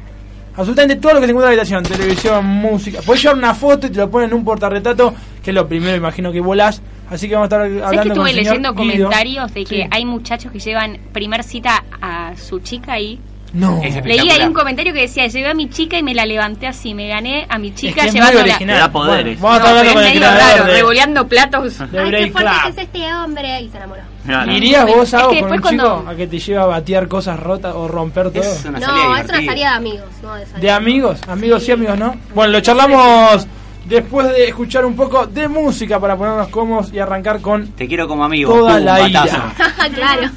S2: Absolutamente todo lo que se encuentra en la habitación, televisión, música. Puedes llevar una foto y te lo ponen en un portarretrato, que es lo primero, imagino que volás. Así que vamos a estar
S4: ¿Sabes que
S2: hablando con
S4: estuve
S2: el señor
S4: leyendo
S2: Guido.
S4: comentarios de que
S2: Sí.
S4: hay muchachos que llevan primer cita a su chica ahí?
S2: No.
S3: Ese
S4: Leí
S2: Es
S4: ahí
S3: Espectacular.
S4: un comentario que decía, llevé a mi chica y me la levanté así, me gané a mi
S2: que
S4: chica
S2: es muy
S4: llevándola...
S2: original.
S1: Te da poderes.
S2: Bueno, vamos a estar hablando
S4: pero
S2: con
S4: es
S2: el
S4: medio raro,
S2: creador de-
S4: revoleando platos.
S2: de,
S10: Ay, qué
S2: Break
S10: fuerte que
S2: Club.
S10: es este hombre. Y se enamoró.
S1: Claro.
S2: ¿Irías
S4: Es
S2: vos,
S4: que
S2: Sabo, con
S4: después
S2: un chico
S4: cuando-
S2: a que te lleve a batear cosas rotas o romper todo?
S3: Es una salida
S10: No, es una
S3: divertida.
S10: salida de amigos, no de salida.
S2: De amigos, amigos y amigos, ¿no? Bueno, lo charlamos después de escuchar un poco de música para ponernos cómodos y arrancar con
S3: Te quiero como amigo.
S2: toda
S3: Pum,
S2: la
S3: batazo.
S2: ira.
S10: claro.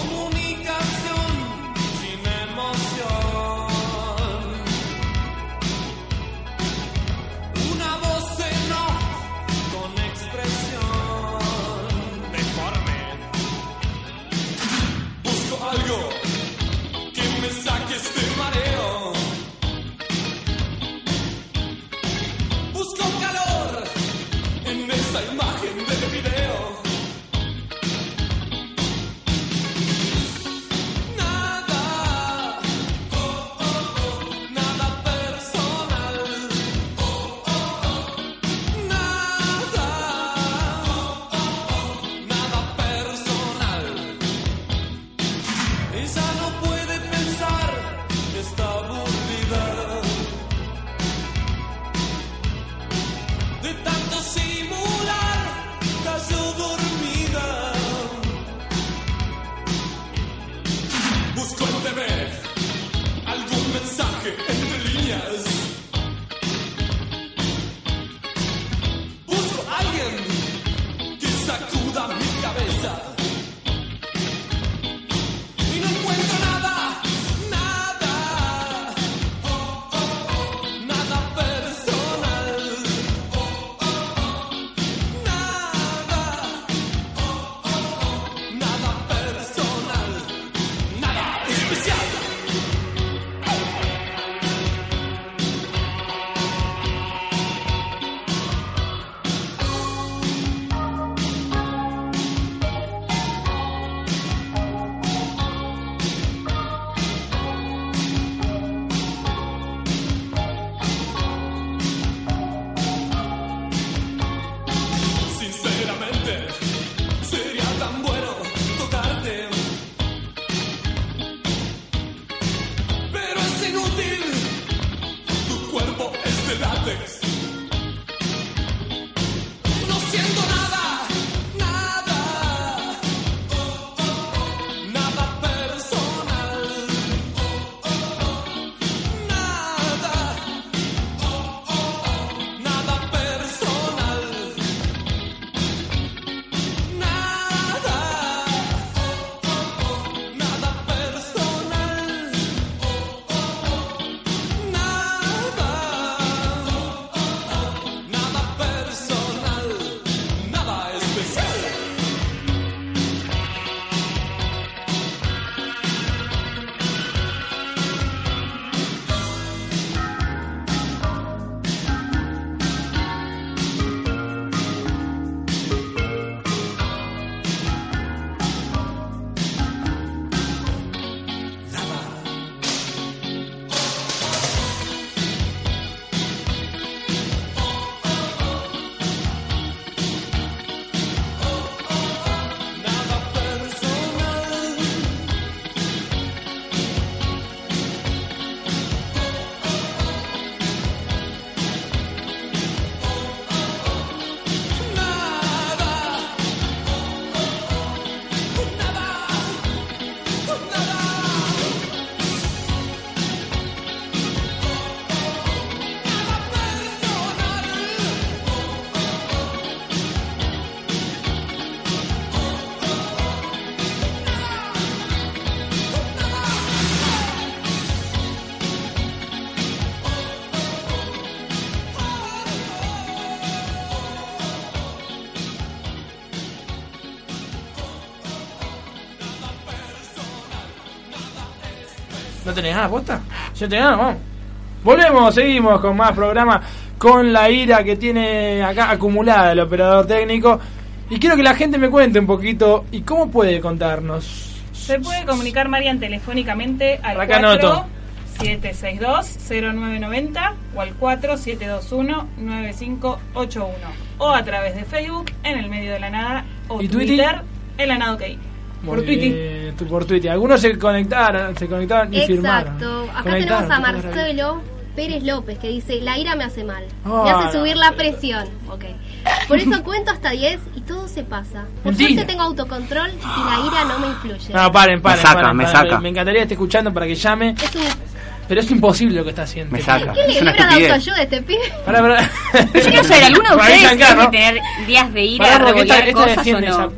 S11: Comunicación sin emoción. Una voz en off con expresión deforme. Busco algo que me saque este mareo. Busco calor en esa imagen de video. Nada, oh, oh, oh, nada personal, oh, oh, oh, nada, oh, oh, oh, nada personal. Ella no puede pensar, está aburrida. De tanto simular, cayó dormida. Busco en TV algún mensaje entre líneas. Busco a alguien que sacuda mi cabeza. Y no encuentro nada, nada, oh, oh, oh, nada personal. Oh, oh, oh, nada, oh, oh, oh, nada personal nada especial. Sinceramente, sería tan bueno tocarte. pero es inútil. Tu cuerpo es de látex.
S2: ¿No tenés ganas, posta? Yo tengo ganas, vamos. Volvemos, seguimos con más programa, con la ira que tiene acá acumulada el operador técnico. Y quiero que la gente me cuente un poquito, ¿y cómo puede contarnos?
S6: Se puede comunicar Marian telefónicamente al
S2: Acá anoto.
S6: 4762-0990 o al 4721-9581 o a través de Facebook en el medio de la nada o
S2: ¿Y Twitty?
S6: Twitter en la nada ok.
S2: Muy
S6: Por Twitter.
S2: bien, tú por Twitter. Algunos se conectaron, se conectaron y firmaron.
S10: Exacto. Acá tenemos
S2: Conectaron,
S10: a
S2: qué maravilla.
S10: Marcelo Pérez López que dice, la ira me hace mal.
S2: Ah,
S10: me hace
S2: no,
S10: subir la presión. Ok. Por eso cuento hasta 10 y todo se pasa. Por
S2: Mentira.
S10: suerte tengo autocontrol y la ira no me influye.
S2: No, paren, paren.
S5: Me saca,
S2: paren,
S5: me
S2: paren.
S5: saca.
S2: Me encantaría que esté escuchando para que llame,
S10: Es un...
S2: pero es imposible lo que está haciendo.
S5: Me saca.
S10: ¿Qué
S5: Es una
S10: libro de
S5: estupidez.
S10: autoayuda este pibe?
S2: Pará, pará.
S4: Yo quiero saber, ¿alguno
S2: (laughs)
S4: de
S2: Para ahí
S4: ustedes
S2: arrancar,
S4: tiene que tener
S2: ¿no?
S4: días de ir a
S2: Pará, porque esta-
S4: revolear
S2: esta
S4: cosas o
S2: defiende
S4: no? Ah,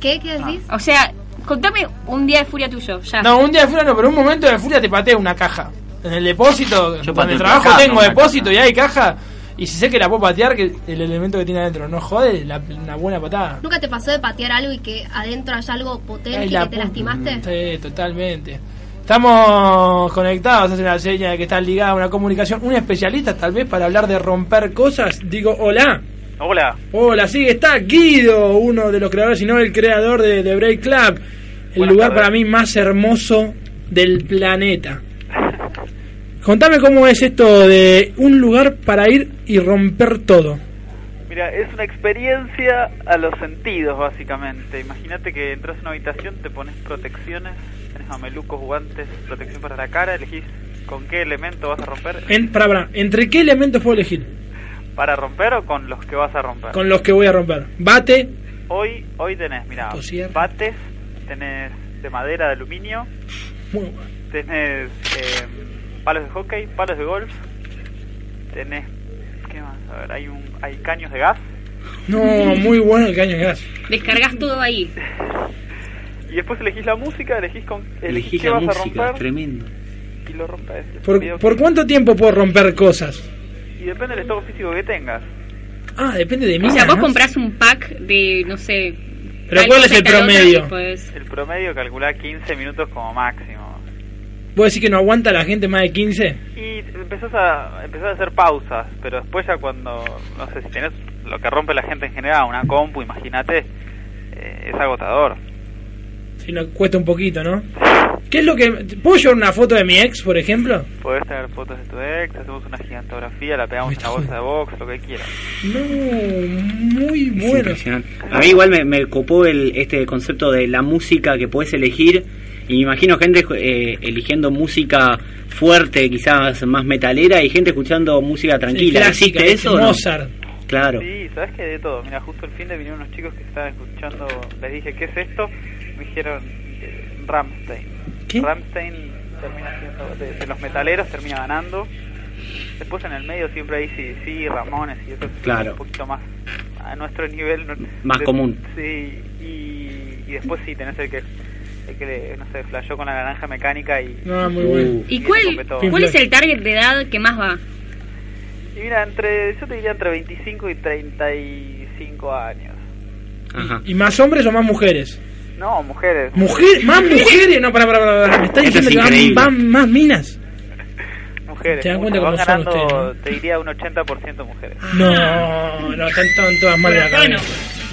S10: ¿Qué? ¿Qué decís?
S4: O sea, contame un día de furia tuyo, ya.
S2: esa- No, un día de furia no, pero un momento de furia te pateo una caja. En el depósito,
S5: Yo
S2: donde
S5: pateo
S2: trabajo
S5: caja,
S2: tengo
S5: no una
S2: depósito
S5: caja.
S2: y hay caja. Y si sé que la puedo patear, que el elemento que tiene adentro no jode, la- una buena patada.
S10: ¿Nunca te pasó de patear algo y que adentro haya algo potente
S2: Ay,
S10: y
S2: la
S10: que te
S2: puta.
S10: lastimaste?
S2: Sí, totalmente. Estamos conectados, hace una seña de que está ligada a una comunicación. Un especialista, tal vez, para hablar de romper cosas. Digo, hola.
S12: Hola,
S2: Hola, sí, está Guido, uno de los creadores, si no el creador de, de Break Club. El
S12: Buenas
S2: lugar
S12: tardes.
S2: para mí más hermoso del planeta. Contame cómo es esto de un lugar para ir y romper todo.
S12: mira, es una experiencia a los sentidos básicamente. Imagínate que entras a una habitación, te pones protecciones, tenés mamelucos, guantes, protección para la cara, elegís con qué elemento vas a romper,
S2: En, pará, pará, ¿Entre qué elementos puedo elegir?
S12: para romper o con los que vas a romper.
S2: Con los que voy a romper. Bate,
S12: Hoy hoy tenés, mira,
S2: Cosier.
S12: bates, tenés de madera, de aluminio,
S2: bueno,
S12: tenés eh, palos de hockey, palos de golf, tenés ¿qué más? A ver, hay un hay caños de gas.
S2: No, muy bueno el caño de gas.
S4: Descargas todo ahí.
S12: Y después elegís la música, elegís con elegís
S3: Elegí
S12: qué
S3: la
S12: vas a
S3: música,
S12: romper
S3: tremendo.
S12: y lo rompes.
S2: ¿Por, ¿Por cuánto tiempo puedo romper cosas?
S12: Y depende del estado físico que tengas.
S2: Ah, depende de mí.
S4: O sea, vos
S2: ¿no?
S4: comprás un pack de, no sé...
S2: Pero
S4: tal
S2: ¿cuál es
S4: cosa y
S2: el
S4: tal otra
S2: promedio?
S4: y podés-
S12: El promedio calcula 15 minutos como máximo.
S2: ¿Vos decís que no aguanta la gente más de 15?
S12: Y empezás a, empezás a hacer pausas, pero después ya cuando, no sé, si tenés lo que rompe la gente en general, una compu, imagínate, eh, es agotador.
S2: Si no, cuesta un poquito, ¿no? ¿Qué es lo que... ¿Puedo llevar una foto de mi ex, por ejemplo?
S12: Podés tener fotos de tu ex, hacemos una gigantografía, la pegamos
S2: Me
S12: en la
S2: está
S12: bolsa de box, lo que quieras.
S2: No, muy
S3: Es
S2: bueno.
S3: impresionante. A mí igual me, me copó el, este concepto de la música que puedes elegir. Y me imagino gente eh, eligiendo música fuerte, quizás más metalera, y gente escuchando música tranquila.
S2: Clásica,
S3: ¿Existe eso? o no?
S2: Mozart.
S3: Claro.
S12: Sí, sabes que de todo. Mira, justo el fin de vinieron unos chicos que estaban escuchando, les dije, ¿qué es esto? Me dijeron eh, Rammstein.
S2: ¿Qué?
S12: Rammstein termina siendo, de, de los metaleros termina ganando. Después en el medio siempre hay CDC, Ramones y otros
S3: Claro.
S12: un poquito más a nuestro nivel. no-
S3: Más
S12: de-
S3: común.
S12: Sí, y, y después sí tenés el que, el que le, no sé, flashó con la naranja mecánica y...
S2: No, Ah, muy
S3: Uh,
S2: bueno.
S4: ¿Y
S12: Tiene
S4: cuál,
S12: como
S2: todo.
S4: cuál es el target de edad que más va?
S12: Y mira, entre, yo te diría entre 25 y 35 años.
S3: Ajá.
S2: ¿Y más hombres o más mujeres?
S12: No, mujeres.
S2: ¿Mujer? ¿Más mujeres? No, para, para, para. Me estás
S3: Esto es
S2: diciendo que van,
S3: increíble.
S2: van más minas.
S12: Mujeres.
S2: ¿Te dan
S12: muchas,
S2: cuenta
S12: van
S2: cómo son
S12: ganando,
S2: ustedes, no?
S12: te diría un 80% mujeres.
S2: No, no, están todas- todas mal de la
S6: Bueno.
S2: cabeza.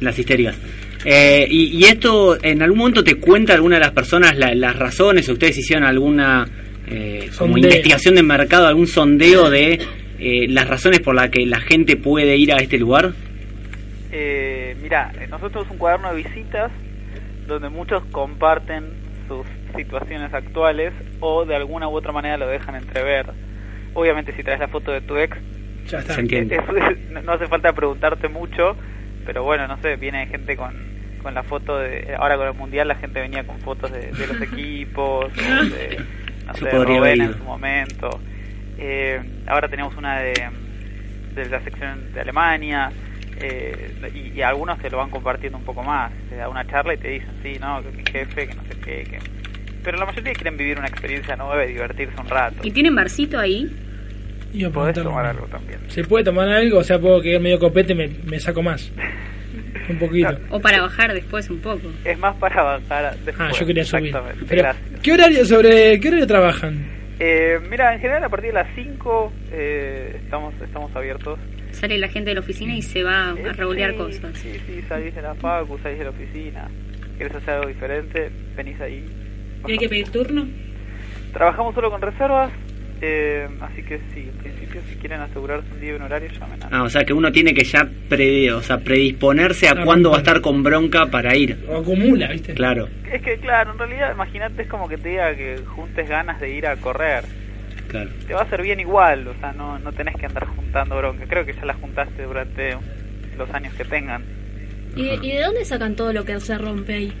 S3: Las histerias. Eh, y, y esto, en algún momento te cuenta alguna de las personas la- las razones, o ustedes hicieron alguna eh, como
S2: Sondeo.
S3: investigación de mercado, algún sondeo de eh, las razones por las que la gente puede ir a este lugar.
S12: Eh, mira, nosotros un cuaderno de visitas donde muchos comparten sus situaciones actuales o de alguna u otra manera lo dejan entrever. Obviamente si traes la foto de tu ex,
S2: Ya está.
S3: Se entiende.
S12: es- no- no hace falta preguntarte mucho, pero bueno, no sé, viene gente con, con la foto de... Ahora con el Mundial la gente venía con fotos de, de
S3: (laughs)
S12: los equipos, o de, no
S3: Yo
S12: sé,
S3: podría
S12: Rubén
S3: haber ido.
S12: en su momento. Eh, ahora tenemos una de, de la sección de Alemania eh, y, y algunos te lo van compartiendo un poco más. Te da una charla y te dicen, sí, no, que mi jefe, que no sé qué, que... Pero la mayoría quieren vivir una experiencia nueva y divertirse un rato.
S4: ¿Y tienen barcito ahí?
S2: Iba a
S12: Podés
S2: preguntar.
S12: tomar algo también.
S2: ¿Se puede tomar algo? O sea, puedo quedar medio copete y me, me saco más. un poquito.
S4: O para bajar después un poco.
S12: Es más para bajar después.
S2: Ah, yo quería subir.
S12: Exactamente,
S2: Pero,
S12: gracias.
S2: ¿Qué horario sobre qué horario trabajan?
S12: Eh, mira, en general a partir de las 5 eh, estamos, estamos abiertos.
S2: Ah.
S12: Eh,
S4: Sale la gente de la oficina y se va a revolear
S12: sí,
S4: cosas.
S12: Sí, sí, salís de la facu, salís de la oficina. ¿Querés hacer algo diferente? Venís ahí.
S6: ¿Y hay que pedir turno?
S12: Trabajamos solo con reservas, eh, así que sí, en principio si quieren asegurarse un día y un horario, llamen a...
S3: Ah, o sea que uno tiene que ya pre- o sea, predisponerse a cuándo va a estar con bronca para ir.
S2: O acumula, ¿viste?
S3: Claro.
S12: Es que claro, en realidad imagínate es como que te diga que juntes ganas de ir a correr.
S3: Claro.
S12: Te va a hacer bien igual, o sea, no, no tenés que andar juntando bronca. Creo que ya la juntaste durante los años que tengan.
S13: ¿Y, y de dónde sacan todo lo que se rompe ahí?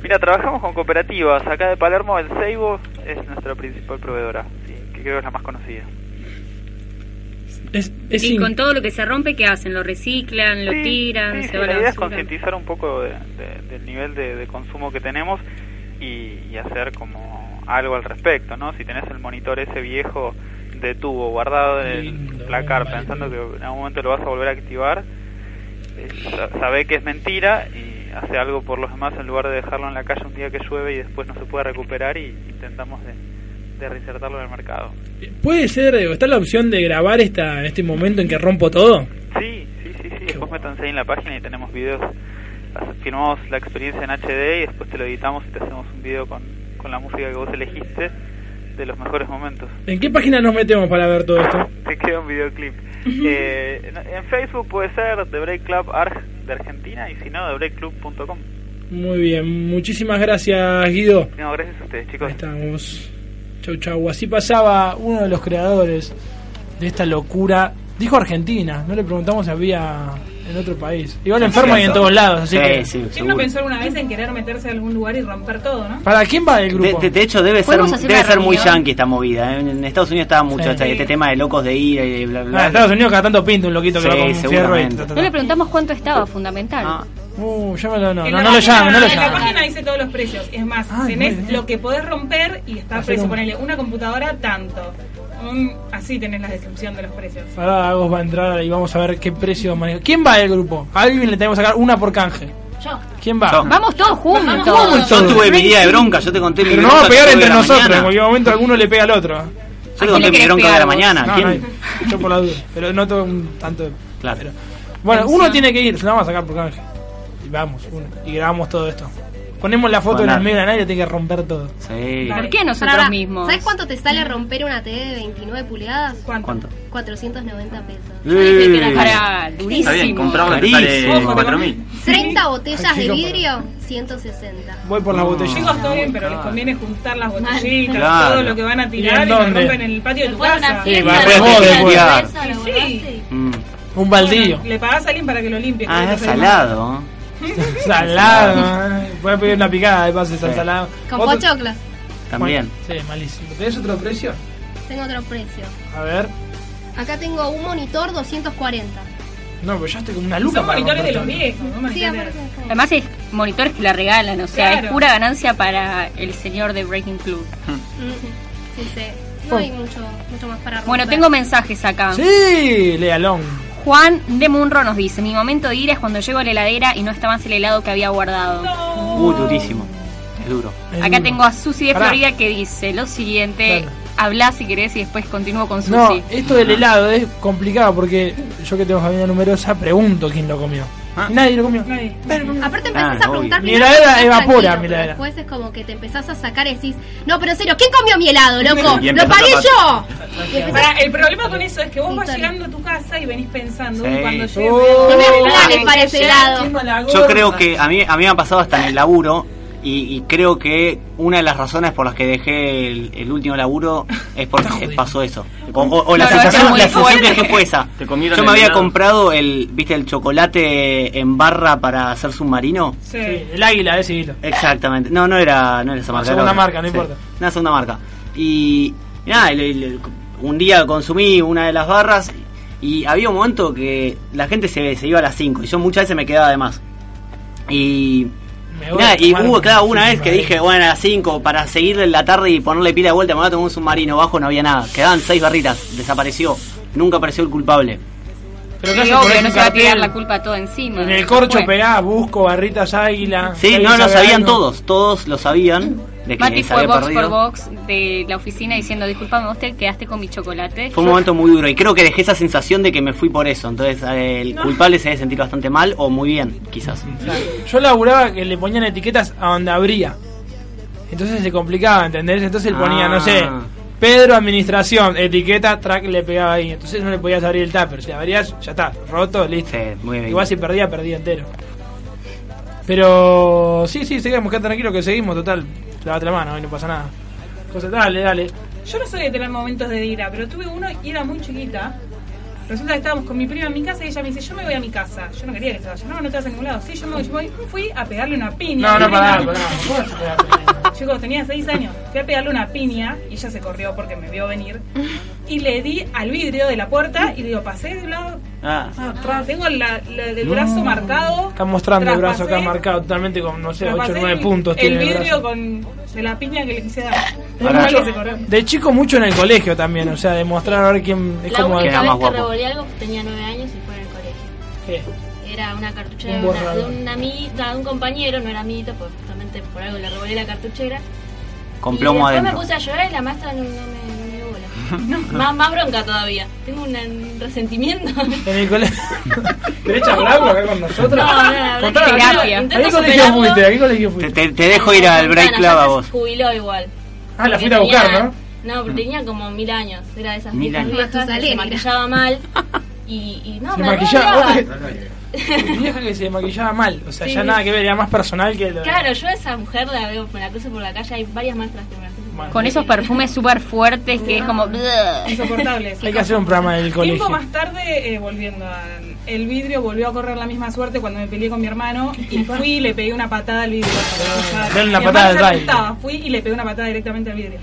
S12: Mira, trabajamos con cooperativas. Acá de Palermo, el Seibo es nuestra principal proveedora, sí, que creo es la más conocida.
S2: es
S4: y
S2: in-
S4: con todo lo que se rompe, ¿qué hacen? ¿Lo reciclan? ¿Lo
S12: Sí,
S4: tiran?
S12: sí,
S4: ¿Se
S12: sí,
S4: va a
S12: la
S4: la
S12: idea es
S4: basura?
S12: concientizar un poco de- de- del nivel de, de consumo que tenemos y, y hacer como algo al respecto, ¿no? Si tenés el monitor ese viejo de tubo guardado en el placar pensando que en algún momento lo vas a volver a activar, eh, sa- sabe que es mentira y hace algo por los demás en lugar de dejarlo en la calle un día que llueve y después no se puede recuperar y intentamos de, de reinsertarlo en el mercado.
S2: ¿Puede ser, eh, está la opción de grabar esta este momento en que rompo todo?
S12: Sí, sí, sí, sí. Después métanse ahí en la página y tenemos videos. Hace- Filmamos la experiencia en HD y después te lo editamos y te hacemos un video con, con la música que vos elegiste de los mejores momentos.
S2: ¿En qué página nos metemos para ver todo esto?
S12: Te queda un videoclip. Eh, en, en Facebook puede ser The Break Club Arg de Argentina y si no, TheBreakClub.com.
S2: Muy bien, muchísimas gracias Guido.
S12: No, gracias a ustedes, chicos.
S2: Ahí estamos. Chau, chau. Así pasaba uno de los creadores de esta locura. Dijo Argentina, no le preguntamos si había en otro país. Igual enfermo hay en todos lados, así
S3: Sí,
S2: que.
S3: sí,
S6: ¿Quién no pensó alguna vez en querer meterse a algún lugar y romper todo, no?
S2: ¿Para quién va el grupo?
S3: De, de- de hecho, debe ser,
S6: ¿Podemos hacer
S3: debe
S6: una
S3: ser muy
S6: reunión?
S3: yankee esta movida. ¿eh? En, en Estados Unidos estaba mucho
S2: Sí.
S3: hasta este tema de locos de ira y de bla, bla.
S2: Ah, en Estados Unidos cada tanto pinta un loquito que
S3: Sí,
S2: va con un fierro y.
S3: seguramente.
S4: No le preguntamos cuánto estaba, fundamental.
S2: Uh, llámalo, no,
S6: En
S2: no,
S6: la
S2: no lo
S6: página-
S2: llamen, Ah, no lo
S6: En la
S2: llamen.
S6: página dice todos los precios. Es más,
S2: muy
S6: tenés lo que podés romper y está
S2: Hacer
S6: precio.
S2: un-
S6: Ponele una computadora, tanto. Un- así tenés la descripción de los precios.
S2: Ahora Agos va a entrar y vamos a ver qué precio maneja. ¿Quién va del grupo? A alguien le tenemos que sacar una por canje.
S6: Yo.
S2: ¿Quién va?
S3: Yo.
S4: Vamos todos juntos.
S3: Yo tuve mi día de bronca, yo te conté mi
S2: Pero no
S3: bronca.
S2: vamos a
S3: que
S2: pegar
S3: tuve
S2: entre
S3: la
S2: nosotros, en
S3: mañana.
S2: cualquier momento alguno le pega al otro.
S3: Yo le conté mi bronca de la mañana.
S2: No,
S3: ¿quién?
S2: no, yo por la duda, pero no tengo un tanto.
S3: Claro.
S2: Bueno, uno tiene que ir, se la vamos a sacar por canje. Y vamos, uno, y grabamos todo esto. Ponemos la foto
S3: Bueno.
S2: en el medio de la nave y tiene que romper todo.
S3: Sí.
S4: ¿Por qué nosotros
S10: Pará,
S4: mismos?
S10: ¿Sabes cuánto te sale romper una TV de 29 pulgadas?
S3: ¿Cuánto?
S10: 490 pesos.
S3: Eh.
S10: Pará, durísimo.
S5: Está bien, comprarlo te
S3: Carísimo.
S5: sale
S3: Ojo,
S5: 4.000.
S10: 30 botellas
S6: Ay,
S10: de
S6: chico,
S10: vidrio, 160.
S2: Voy por Ah. las botellas.
S6: Chicos, está bien, pero les conviene juntar las botellitas,
S2: Claro.
S6: todo lo que van a
S2: ¿Y
S6: tirar
S2: en
S6: y lo
S2: dónde?
S6: rompen en el patio de tu casa.
S2: Sí, va, re vos después.
S6: Sí,
S3: Mm.
S2: Un baldío.
S6: le pagás a alguien para que lo limpie.
S3: Ah,
S6: que
S3: es
S6: te salga.
S3: salado.
S2: (laughs) salado. ¿eh? Voy a pedir una picada de pase tan salado.
S10: Con
S2: Otro-
S10: pochoclos.
S3: También.
S2: Sí, malísimo. ¿Tenés otro precio?
S10: Tengo otro precio.
S2: A ver.
S10: Acá tengo un monitor 240.
S2: No, pero ya estoy con una luca
S10: Son
S2: para
S10: monitores
S2: romper
S10: de
S2: todo.
S10: los
S6: viejos, ¿no?
S10: Sí, aparte.
S4: Además es monitores que la regalan, o sea,
S10: Claro.
S4: es pura ganancia para el señor de Breaking Club.
S3: Hmm.
S6: Em.
S10: Mm, Sí, sí. No
S6: Oh.
S10: hay mucho, mucho más para romper.
S4: Bueno, tengo mensajes acá.
S2: Sí, Lealón.
S4: Juan de Munro nos dice, mi momento de ira es cuando llego a la heladera y no está más el helado que había guardado.
S3: Uy, Uh, durísimo. Es duro.
S4: Acá tengo a Susi de
S2: Pará.
S4: Florida que dice lo siguiente, habla si querés y después continúo con Susi.
S2: No, esto del helado es complicado porque yo que tengo familia numerosa pregunto quién lo comió.
S3: Ah.
S2: Nadie lo comió.
S10: Aparte
S2: Ah,
S10: empezás a
S2: obvio.
S10: preguntar
S2: Mi
S10: primero,
S2: heladera
S10: estás
S2: evapora,
S10: tranquilo,
S2: mi
S10: pero
S2: heladera.
S10: Después es como que te empezás a sacar y decís, no, pero en serio, ¿quién comió mi helado, loco?
S6: Y
S10: ¡Lo
S6: empezás
S10: pagué
S6: a-
S10: yo!
S6: Pará, el problema con eso es que vos vas llegando a tu casa y venís pensando,
S3: Sí.
S6: uy, cuando llegue.
S3: Oh.
S6: voy a-
S10: No me regales
S6: Ay,
S10: para ese
S6: ya
S10: lado.
S6: tengo la
S3: Yo
S6: gorda.
S3: creo que a mí, a mí me ha pasado hasta en el laburo y, y creo que una de las razones por las que dejé el, el último laburo es porque pasó eso. O, o- o la
S5: No, no,
S3: sensación,
S5: está muy
S3: la sensación que
S5: fuerte.
S3: fue fue esa.
S5: Te
S3: Yo
S5: comieron
S3: me
S5: el
S3: había
S5: helado.
S3: comprado el, viste, el chocolate en barra para hacer submarino.
S6: Sí.
S2: el águila, decidilo.
S3: Exactamente. No, no era, no era esa
S2: La
S3: marca.
S2: segunda
S3: era otra.
S2: marca, no importa.
S3: Una segunda marca. Y, y nada, el- el- el- un día consumí una de las barras y había un momento que la gente se, se iba a las 5 y yo muchas veces me quedaba de más. Y,
S2: Me
S3: y
S2: voy
S3: nada,
S2: a
S3: y
S2: tomar
S3: hubo
S2: un
S3: claro, una vez que
S2: submarino.
S3: dije, bueno, a las 5 para seguirle la tarde y ponerle pila de vuelta, me voy a tomar un submarino, bajo no había nada. Quedaban seis barritas, desapareció. Nunca apareció el culpable.
S2: Pero
S4: Sí,
S2: casi
S4: obvio,
S2: ponés
S4: no
S2: un
S4: se va a tirar
S2: cartel.
S4: la culpa todo encima.
S2: En el corcho
S4: Bueno.
S2: pegá, busco, barritas águila.
S3: Sí,
S2: Nadie
S3: no lo
S2: sabe
S3: sabían
S2: algo.
S3: todos, todos lo sabían de que
S4: Mati
S3: se
S4: fue
S3: Eh, había
S4: box por
S3: perdido.
S4: box de la oficina diciendo, disculpame usted, quedaste con mi chocolate.
S3: Fue un momento muy duro y creo que dejé esa sensación de que me fui por eso. Entonces eh, el
S4: No.
S3: culpable se debe sentir bastante mal o muy bien, quizás.
S2: Yo laburaba que le ponían etiquetas a donde abría. Entonces se complicaba, ¿entendés? Entonces él ponía,
S3: Ah.
S2: no sé, Pedro Administración, etiqueta, track, le pegaba ahí. Entonces no le podías abrir el tupper. Si abrías, ya está, roto, listo.
S3: muy bien.
S2: Igual si perdía, perdía entero. Pero sí, sí, seguimos, quédate tranquilo que seguimos, total. Lavate la mano, hoy no pasa nada. Cosa, dale, dale.
S6: Yo no soy de tener momentos de ira, pero tuve uno y era muy chiquita. Resulta que estábamos con mi prima en mi casa y ella me dice, yo me voy a mi casa. Yo no quería que se vaya. No, no te vas a ningún lado. Sí, yo me voy. Yo voy. Fui a pegarle una piña.
S2: No, no,
S6: Mi prima. (laughs)
S2: pará, pará. ¿Cómo vas a pegar?
S6: Chicos, tenía seis años. Fui a pegarle una piña y ella se corrió porque me vio venir. Y le di al vidrio de la puerta y le digo, pasé de un lado.
S3: Ah.
S6: Ah, tra- tengo la, la del
S2: No.
S6: brazo marcado.
S2: Está mostrando el brazo acá
S6: Traspasé-
S2: marcado totalmente con, no sé, 8 o
S6: traspasé
S2: 9
S6: el-
S2: puntos.
S6: El
S2: tiene brazo.
S6: vidrio con, de la piña que le quise dar.
S2: Pará.
S6: Mal que se corrió.
S2: De chico mucho en el colegio también, o sea, demostrar a ver quién es
S13: La
S2: como
S13: única vez que revolví algo tenía nueve años y fue en el colegio.
S2: ¿Qué?
S13: Era una cartuchera
S2: Un
S13: de, una-
S2: borrador.
S13: de un amiguita, de un compañero, no era amiguito, pues justamente por algo le revolví la cartuchera.
S3: Con
S13: y
S3: plomo
S13: después
S3: adentro.
S13: me puse a llorar y la maestra no, no me, no me dio
S2: (laughs)
S13: bola. más, más bronca todavía. Tengo un, un resentimiento.
S2: En el colegio. (laughs) ¿Querés hablarlo acá con nosotros?
S13: No, no, la verdad
S2: Contá,
S13: que
S2: ¿a qué-
S13: terapia.
S2: ¿A qué
S13: Intento
S2: colegio
S13: superarlo.
S2: fuiste? ¿A qué colegio fuiste?
S3: Te, te dejo ir al break
S13: Bueno,
S3: club
S13: ya
S3: a
S13: se
S3: vos.
S13: jubiló igual.
S2: Ah, la
S13: Porque
S2: fuiste a buscar,
S13: tenía-
S2: ¿no?
S13: No, porque tenía como mil años. Era de esas
S3: Mil
S13: viejas
S3: años.
S13: viejas que se
S10: Matusalén.
S13: maquillaba
S3: (laughs)
S13: mal. Y, y no,
S2: se
S13: me
S2: maquillaba. (laughs)
S13: rodeaba.
S2: Vieja que se maquillaba mal, o sea,
S13: Sí.
S2: ya nada que ver, era más personal que.
S13: (laughs)
S2: lo-
S13: Claro, yo a esa mujer la veo, me la cruzo por la calle, hay varias maestras que me la cruzo.
S4: Con esos perfumes súper fuertes que es como...
S6: Insoportables.
S2: Hay que hacer un programa del
S6: Tiempo
S2: colegio.
S6: más tarde, eh, volviendo al el vidrio, volvió a correr la misma suerte cuando me peleé con mi hermano
S2: (laughs)
S6: y fui y le pegué una patada al vidrio.
S2: Dale una
S6: Mi
S2: patada
S6: hermano
S2: al
S6: ya
S2: baile.
S6: estaba, Fui y le pegué una patada directamente al vidrio.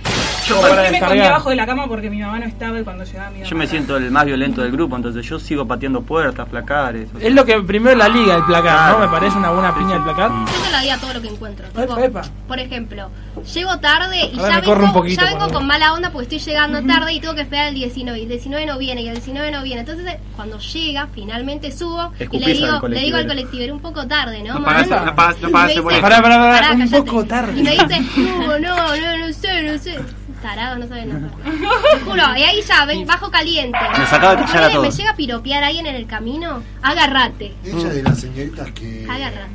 S5: Yo
S6: Yo
S5: para
S6: me escondí
S5: descargar.
S6: abajo de la cama porque mi mamá no estaba y cuando llegaba mi mamá.
S5: Yo me siento el más violento del grupo, entonces yo sigo pateando
S13: (laughs)
S5: puertas, placares.
S2: Es lo que primero la liga, el placar, ¿no? Me parece una buena piña el placar.
S5: Mm.
S10: Yo se lo di a todo lo que encuentro. Tipo, Por ejemplo, llego tarde y
S2: A ver,
S10: ya
S2: me corro un
S10: vengo,
S2: poquito,
S10: ya vengo
S2: por favor.
S10: con mala onda porque estoy llegando tarde y tengo que esperar el 19. Y el 19 no viene y el 19 no viene. Entonces, eh, cuando llega, finalmente subo y
S5: Escupís
S10: le digo,
S5: al
S10: le digo al
S5: colectivero.
S10: colectivero un poco tarde, ¿no?
S5: No pagás-
S10: man?".
S5: no pagás- no
S10: Y me
S5: pagás el
S10: dice,
S5: boleto.
S2: Pará, pará, pará,
S10: "Pará,
S2: un
S10: cállate".
S2: poco tarde.
S10: Y me
S2: (laughs)
S10: dice, no, no, no, no sé, no sé. Tarado, no sabe nada. Te juro, y ahí ya, ven, bajo caliente.
S3: Nos acaba de callar a
S10: Ponele, Me
S3: todos.
S10: llega a piropear alguien en el camino, agárrate.
S7: Ella de las señoritas que
S10: Agárrate.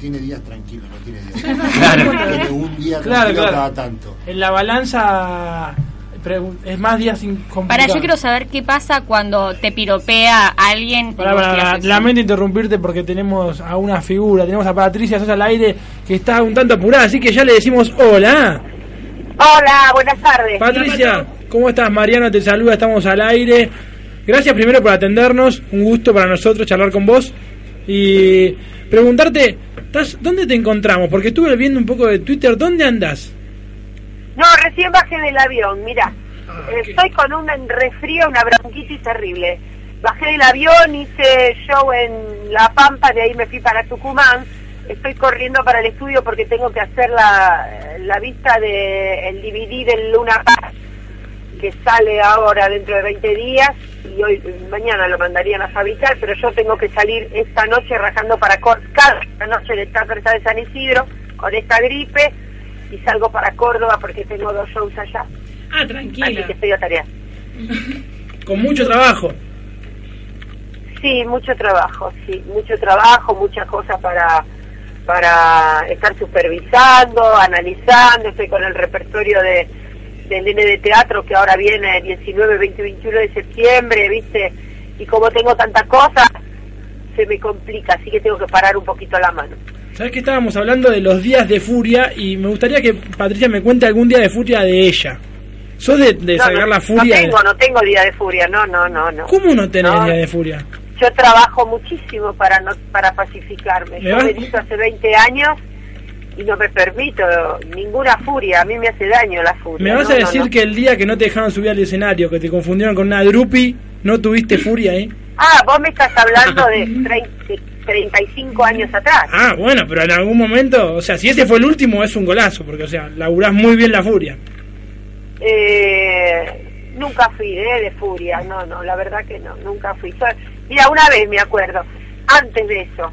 S7: tiene días tranquilos, no tiene días.
S2: Claro.
S7: Tiene un día
S2: Claro,
S7: tranquilo
S2: claro.
S7: cada tanto.
S2: En la balanza pregu- es más días sin
S4: Para, yo
S2: complicados.
S4: quiero saber qué pasa cuando te piropea alguien.
S2: Pará,
S4: y vos
S2: pará,
S4: te
S2: pará.
S4: haces-
S2: lamento interrumpirte porque tenemos a una figura, tenemos a Patricia Sosa al aire que está un tanto apurada, así que ya le decimos hola.
S14: Hola, buenas tardes.
S2: Patricia, ¿cómo estás? Mariano te saluda, estamos al aire. Gracias primero por atendernos, un gusto para nosotros charlar con vos y preguntarte, ¿estás- ¿dónde te encontramos? Porque estuve viendo un poco de Twitter, ¿dónde andas?
S14: No, recién bajé del avión, mira. Estoy con un resfrío, una bronquitis terrible. Bajé del avión, hice show en La Pampa, de ahí me fui para Tucumán. Estoy corriendo para el estudio porque tengo que hacer la, la vista del DVD del Luna Park, que sale ahora dentro de 20 días y hoy mañana lo mandarían a fabricar, pero yo tengo que salir esta noche rajando para Córdoba, esta noche de esta presa de San Isidro con esta gripe y salgo para Córdoba porque tengo dos shows allá.
S6: Ah, tranquila.
S14: Así que estoy a tarea.
S2: Con mucho trabajo.
S14: Sí, mucho trabajo, sí, mucho trabajo, muchas cosas para para estar supervisando, analizando, estoy con el repertorio de del N de teatro que ahora viene el 19, 20, 21 de septiembre, ¿viste? Y como tengo tanta cosa, se me complica, así que tengo que parar un poquito la mano.
S2: Sabes que estábamos hablando de los días de furia y me gustaría que Patricia me cuente algún día de furia de ella. ¿Sos de, de
S14: no,
S2: sacar
S14: no,
S2: la furia?
S14: no tengo, no tengo día de furia, no, no, no, no. eh,
S2: ¿Cómo no tenés día de furia?
S14: Yo trabajo muchísimo para no, para pacificarme.
S2: ¿Me
S14: Yo
S2: vas-
S14: medito hace 20 años y no me permito ninguna furia. A mí me hace daño la furia.
S2: ¿Me vas
S14: No,
S2: a
S14: no,
S2: decir
S14: no.
S2: que el día que no te dejaron subir al escenario, que te confundieron con una drupi, no tuviste furia, eh?
S14: Ah, vos me estás hablando
S2: (laughs)
S14: de, trein- de 35 años atrás.
S2: Ah, bueno, pero en algún momento, o sea, si ese fue el último, es un golazo, porque, o sea, laburás muy bien la furia.
S14: Eh, no, nunca fui ¿eh? de furia, no, no, la verdad que no, nunca fui. So- mira, una vez me acuerdo, antes de eso,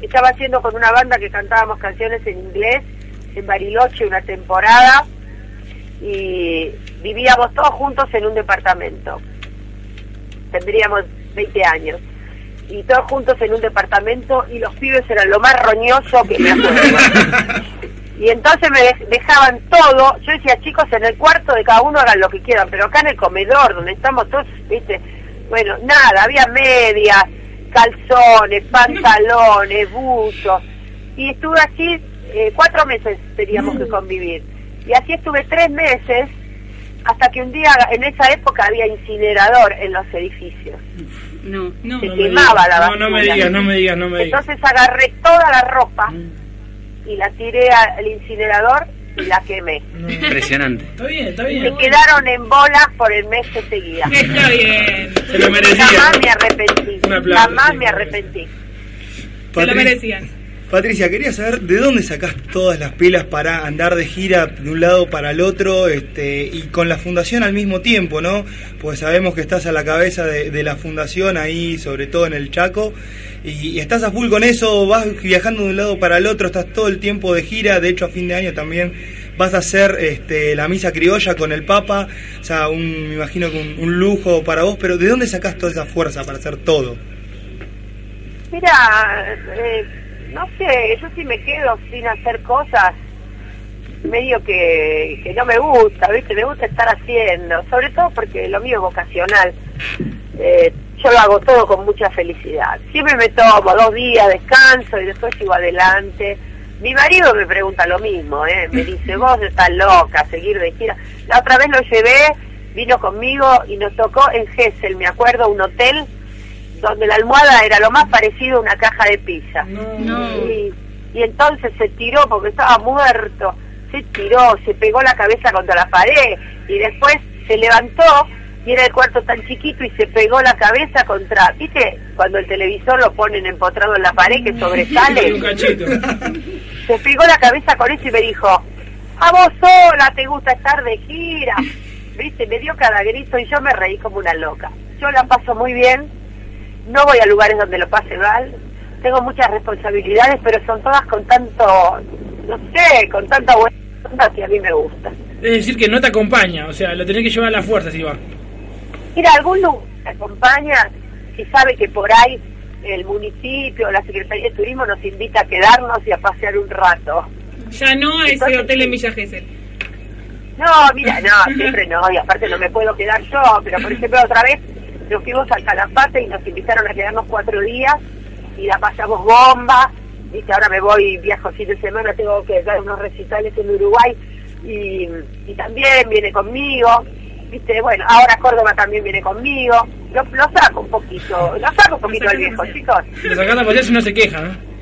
S14: estaba haciendo con una banda que cantábamos canciones en inglés, en Bariloche una temporada, y vivíamos todos juntos en un departamento. Tendríamos 20 años. Y todos juntos en un departamento, y los pibes eran lo más roñoso que me acuerdo. Y entonces me dej- dejaban todo. Yo decía, chicos, en el cuarto de cada uno hagan lo que quieran, pero acá en el comedor, donde estamos todos, viste, bueno, nada, había medias, calzones, pantalones, buzos. Y estuve así, eh, cuatro meses teníamos que convivir. Y así estuve tres meses, hasta que un día, en esa época había incinerador en los edificios.
S4: No,
S6: no.
S14: Se
S2: No me
S14: quemaba
S2: digas,
S14: la
S2: No,
S14: basura.
S2: no me digas, no me digas, no me digas.
S14: Entonces agarré toda la ropa y la tiré al incinerador y la quemé.
S11: Impresionante.
S2: Está bien, está
S14: Y se quedaron en bolas por el mes que seguía.
S6: Está bien.
S11: Se lo merecía.
S14: Jamás me arrepentí.
S11: Un aplauso,
S14: Jamás
S11: sí,
S14: me arrepentí.
S6: Se lo
S11: Patric-
S6: merecían.
S9: Patricia, quería saber de dónde sacás todas las pilas para andar de gira de un lado para el otro este, y con la fundación al mismo tiempo, ¿no? Pues sabemos que estás a la cabeza de, de la fundación ahí, sobre todo en el Chaco, y, y estás a full con eso, vas viajando de un lado para el otro, estás todo el tiempo de gira, de hecho a fin de año también vas a hacer este, la misa criolla con el Papa, o sea, un- me imagino que un, un lujo para vos, pero ¿de dónde sacás toda esa fuerza para hacer todo?
S14: Mira, eh, no sé, yo si me quedo sin hacer cosas, medio que, que no me gusta, ¿viste? Me gusta estar haciendo, sobre todo porque lo mío es vocacional. Eh, yo lo hago todo con mucha felicidad. Siempre me tomo dos días, descanso y después sigo adelante. Mi marido me pregunta lo mismo, ¿eh? me dice, vos estás loca, seguir de gira. La otra vez lo llevé, vino conmigo y nos tocó en Gessel, me acuerdo, un hotel donde la almohada era lo más parecido a una caja de pizza. Y, y entonces se tiró porque estaba muerto, se tiró, se pegó la cabeza contra la pared y después se levantó y era el cuarto tan chiquito y se pegó la cabeza contra, ¿viste? Cuando el televisor lo ponen empotrado en la pared que sobresale.
S2: Un (laughs) cachito.
S14: se pegó la cabeza con eso y me dijo, a vos sola te gusta estar de gira. Viste, me dio cada grito y yo me reí como una loca. Yo la paso muy bien, no voy a lugares donde lo pase mal, tengo muchas responsabilidades, pero son todas con tanto, no sé, con tanta buena onda que a mí me gusta.
S2: Es decir, que no te acompaña, o sea, lo tenés que llevar a la fuerza si va.
S14: Ir a algún lugar que acompaña, si sabe que por ahí el municipio, la Secretaría de Turismo nos invita a quedarnos y a pasear un rato.
S6: Ya no a ese hotel en Villa Gesell.
S14: No, mira, no, siempre no, y aparte no me puedo quedar yo, pero por ejemplo otra vez nos fuimos al Calafate y nos invitaron a quedarnos cuatro días y la pasamos bomba, viste, ahora me voy, viajo fin de semana, tengo que dar unos recitales en Uruguay y, y también viene conmigo, viste, bueno, ahora Córdoba también viene conmigo, lo, lo saco un poquito, lo saco un poquito al viejo, chicos.
S2: Lo sacás a pasear si no se queja, ¿no?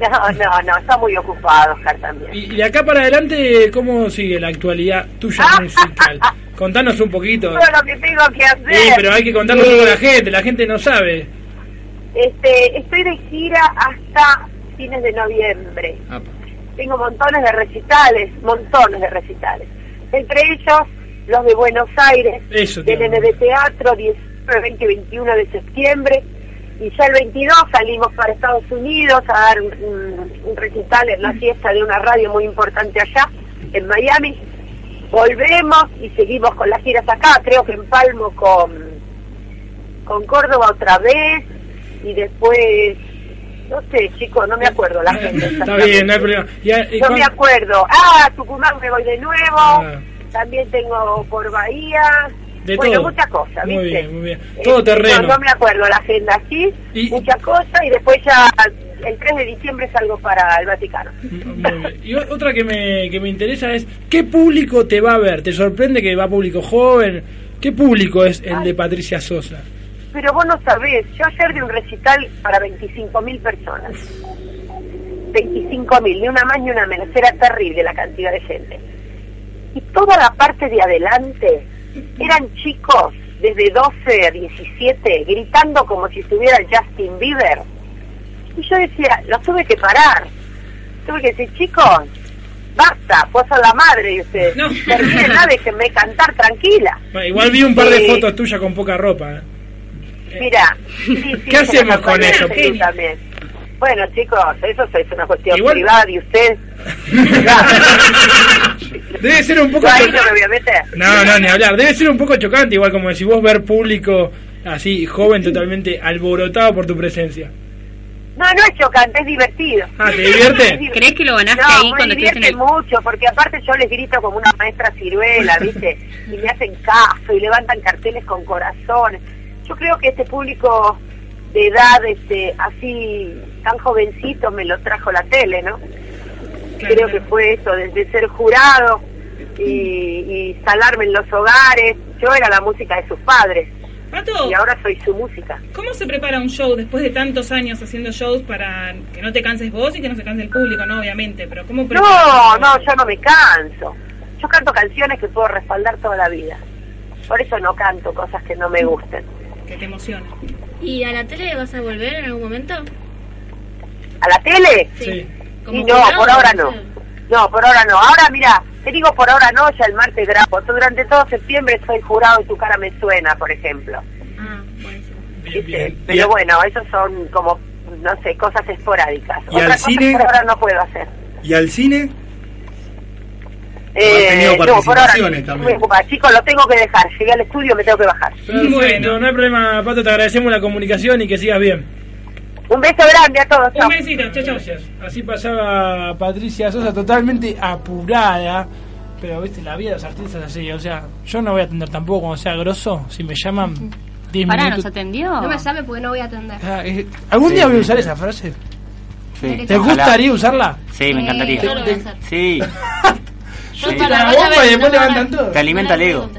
S14: No, no, no, está muy ocupado Oscar también.
S2: Y de acá para adelante, ¿cómo sigue la actualidad
S14: (laughs)
S2: tuya musical? Contanos un poquito.
S14: Todo lo que tengo que hacer.
S2: Sí, pero hay que contarnos un
S14: Sí.
S2: poco a la gente, la gente no sabe.
S14: Este, estoy de gira hasta fines de noviembre. Tengo montones de recitales, montones de recitales. Entre ellos, los de Buenos Aires,
S2: Eso te
S14: del NB Teatro, 19, 20 y 21 de septiembre. Y ya el 22 salimos para Estados Unidos a dar mm, un recital en la fiesta de una radio muy importante allá, en Miami. Volvemos y seguimos con las giras acá. Creo que en Palmo con, con Córdoba otra vez. Y después, no sé, chicos, no me acuerdo la gente.
S2: Está bien, no hay problema. Y, a- y
S14: No
S2: cuán-
S14: me acuerdo. Ah, Tucumán me voy de nuevo. También tengo por Bahía.
S2: De
S14: bueno,
S2: todo.
S14: muchas cosas,
S2: Muy
S14: ¿viste?
S2: bien, muy bien. Todo
S14: Este,
S2: terreno.
S14: No, no me acuerdo la agenda así. Muchas cosas. Y después ya el 3 de diciembre salgo para el Vaticano.
S2: Mm. y o- otra que me, que me interesa es, ¿qué público te va a ver? ¿Te sorprende que va público joven? ¿Qué público es el de Patricia Sosa?
S14: Pero vos no sabés, yo ayer di un recital para 25.000 personas. 25.000, ni una más ni una menos. Era terrible la cantidad de gente. Y toda la parte de adelante eran chicos desde 12 a 17 gritando como si estuviera Justin Bieber. Y yo decía, los tuve que parar. Tuve que decir, chicos, basta, vos sos la madre, dice. No. Termina, déjenme cantar tranquila. Eh,
S2: Bueno, igual vi un par
S14: Sí.
S2: de fotos tuyas con poca ropa. ¿eh?
S14: Mira, sí, sí,
S2: ¿Qué
S14: eso
S2: hacemos
S14: me
S2: con
S14: parece
S2: eso,
S14: que
S2: Pini?
S14: también. Bueno, chicos, eso es una cuestión
S2: Igual-
S14: privada y
S2: (laughs)
S14: usted.
S2: Debe ser un poco.
S14: Yo ahí
S2: choc-
S14: no me voy a meter.
S2: No, no, ni hablar. Debe ser un poco chocante, igual como si vos ver público así, joven, totalmente alborotado por tu presencia.
S14: No, no es chocante, es divertido.
S2: Ah, ¿te divierte?
S14: Es divertido.
S4: ¿Crees que lo ganaste
S14: No,
S4: ahí
S14: me
S4: cuando
S14: divierte
S4: estuviste en el-
S14: mucho, porque aparte yo les grito como una maestra ciruela, ¿viste? Y me hacen caso y levantan carteles con corazones. Yo creo que este público de edad este así tan jovencito me lo trajo la tele, ¿no? Creo que fue eso, desde ser jurado y, y instalarme en los hogares. Yo era la música de sus padres y ahora soy su música.
S6: ¿Cómo se prepara un show después de tantos años haciendo shows para que no te canses vos y que no se canse el público, no? Obviamente, pero ¿cómo
S14: No, no, yo no me canso. Yo canto canciones que puedo respaldar toda la vida. Por eso no canto cosas que no me gusten.
S6: Que te emociona.
S13: (laughs) ¿Y a la tele vas a volver en algún momento?
S14: ¿A la tele?
S13: Sí.
S14: Y no, por ahora no. No, por ahora no. Ahora, mira, te digo por ahora no, ya el martes grabo. Tú durante todo septiembre soy jurado y tu cara me suena, por ejemplo. Pero bueno, esos son como, no sé, cosas esporádicas.
S9: ¿Y al
S14: Otra cosa
S9: cine?
S14: por ahora no puedo hacer.
S9: ¿Y al cine?
S14: Eh,
S9: tenido
S14: no, por ahora
S9: participaciones
S14: no
S9: también.
S14: me ocupa. Chicos, lo tengo que dejar. Llegué al estudio, me tengo que bajar.
S2: Perfecto, no hay problema, Pato. Te agradecemos la comunicación y que sigas bien.
S14: Un beso grande a todos.
S6: Un besito, chao, chao.
S2: Así pasaba Patricia Sosa totalmente apurada. Pero viste, la vida de los artistas es así. O sea, yo no voy a atender tampoco cuando sea grosso. Si me llaman 10
S4: Pará,
S2: minutos.
S4: nos atendió.
S10: No me llame porque no voy a atender.
S2: Ah, eh, ¿Algún
S3: Sí.
S2: día voy a usar esa frase?
S3: Sí.
S2: ¿Te
S3: Ojalá.
S2: gustaría usarla?
S3: Sí, me encantaría.
S2: yo lo voy a
S3: Te- Sí. Sí.
S10: Yo para- vas a ver, no,
S2: levantan todo.
S3: Te alimenta el ego.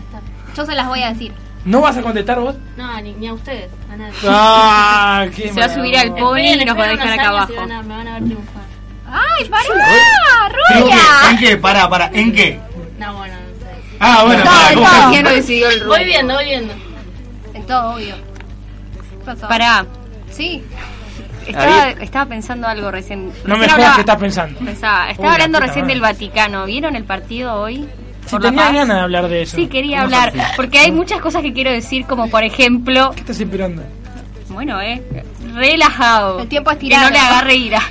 S10: Yo se las voy a decir.
S2: ¿No vas a contestar vos?
S13: No, ni, ni a ustedes, a nadie.
S2: (laughs) Ah, qué
S4: Se va a subir al
S13: Esperen,
S4: poli y nos va a
S13: esperen unos
S4: dejar acá
S13: años y
S4: abajo.
S13: van a- me van a ver triunfar.
S10: ¡Ay,
S9: ¿En
S10: pará!
S9: qué? ¿En qué? Pará, pará. ¿En qué?
S13: No, bueno.
S9: Ah, bueno, pará, ¿cómo?
S10: no decidió el
S13: Voy viendo, voy viendo.
S10: En todo, obvio. ¿Qué pasó?
S4: Pará.
S10: Sí.
S4: Estaba,
S3: David.
S4: estaba pensando algo recién.
S2: No me
S4: Recién
S2: jodas
S4: hablaba-
S2: que estás pensando.
S4: Pensaba,
S2: Uy,
S4: estaba
S2: la
S4: hablando
S2: puta
S4: recién
S2: madre.
S4: del Vaticano. ¿Vieron el partido hoy?
S2: Si
S4: Por la
S2: tenía
S4: paz.
S2: ganas de hablar de eso.
S4: Sí, quería
S2: No,
S4: hablar,
S2: sí.
S4: porque hay muchas cosas que quiero decir, como por ejemplo... ¿Qué
S2: estás esperando?
S4: Bueno, eh, relajado.
S10: El tiempo es
S4: Que no
S10: tirano.
S4: le agarre ira.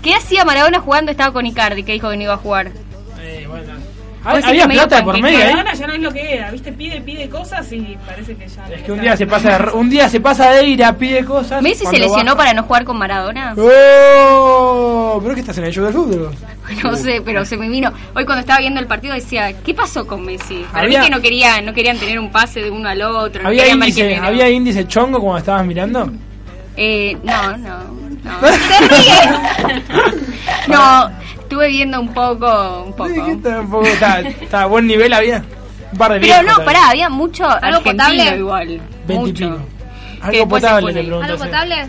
S4: ¿Qué hacía Maradona jugando? Estaba con Icardi, que dijo que no iba a jugar.
S2: Eh, bueno.
S6: Pues
S4: Puede ser Pues
S2: Había
S4: que medio
S2: plata de por medio, ¿eh?
S6: Maradona ya no es lo que era, ¿viste? Pide, pide cosas y parece que ya.
S2: Que un día se
S6: (laughs)
S2: pasa de, un día se pasa de ira, pide cosas.
S4: Messi se
S2: cuando
S4: lesionó
S2: baja-
S4: para no jugar con
S2: (laughs)
S4: Maradona.
S2: ¡Oh! ¿Pero qué estás en el show del fútbol?
S4: No sé, pero se me vino. Hoy cuando estaba viendo el partido decía, ¿qué pasó con Messi? Para
S2: Había-
S4: mí que no querían, no querían tener un pase de uno al otro. no
S2: ¿Había
S4: querían ver
S2: índice,
S4: quién era.
S2: ¿Había índice chongo cuando estabas mirando?
S4: Eh, no, no,
S2: (laughs)
S4: no. ¡Te ríes! No, estuve viendo un poco, un poco.
S2: Tampoco está, está a Oh, buen nivel había. Un par de
S4: Pero
S2: viejos
S4: no,
S2: también.
S4: pará, había mucho
S10: ¿Algo
S4: argentino
S10: potable?
S4: igual.
S2: Veintipico.
S4: Que después
S2: Algo
S4: se
S2: potable
S4: pone
S2: le
S4: ahí.
S2: preguntas.
S10: ¿Algo potable?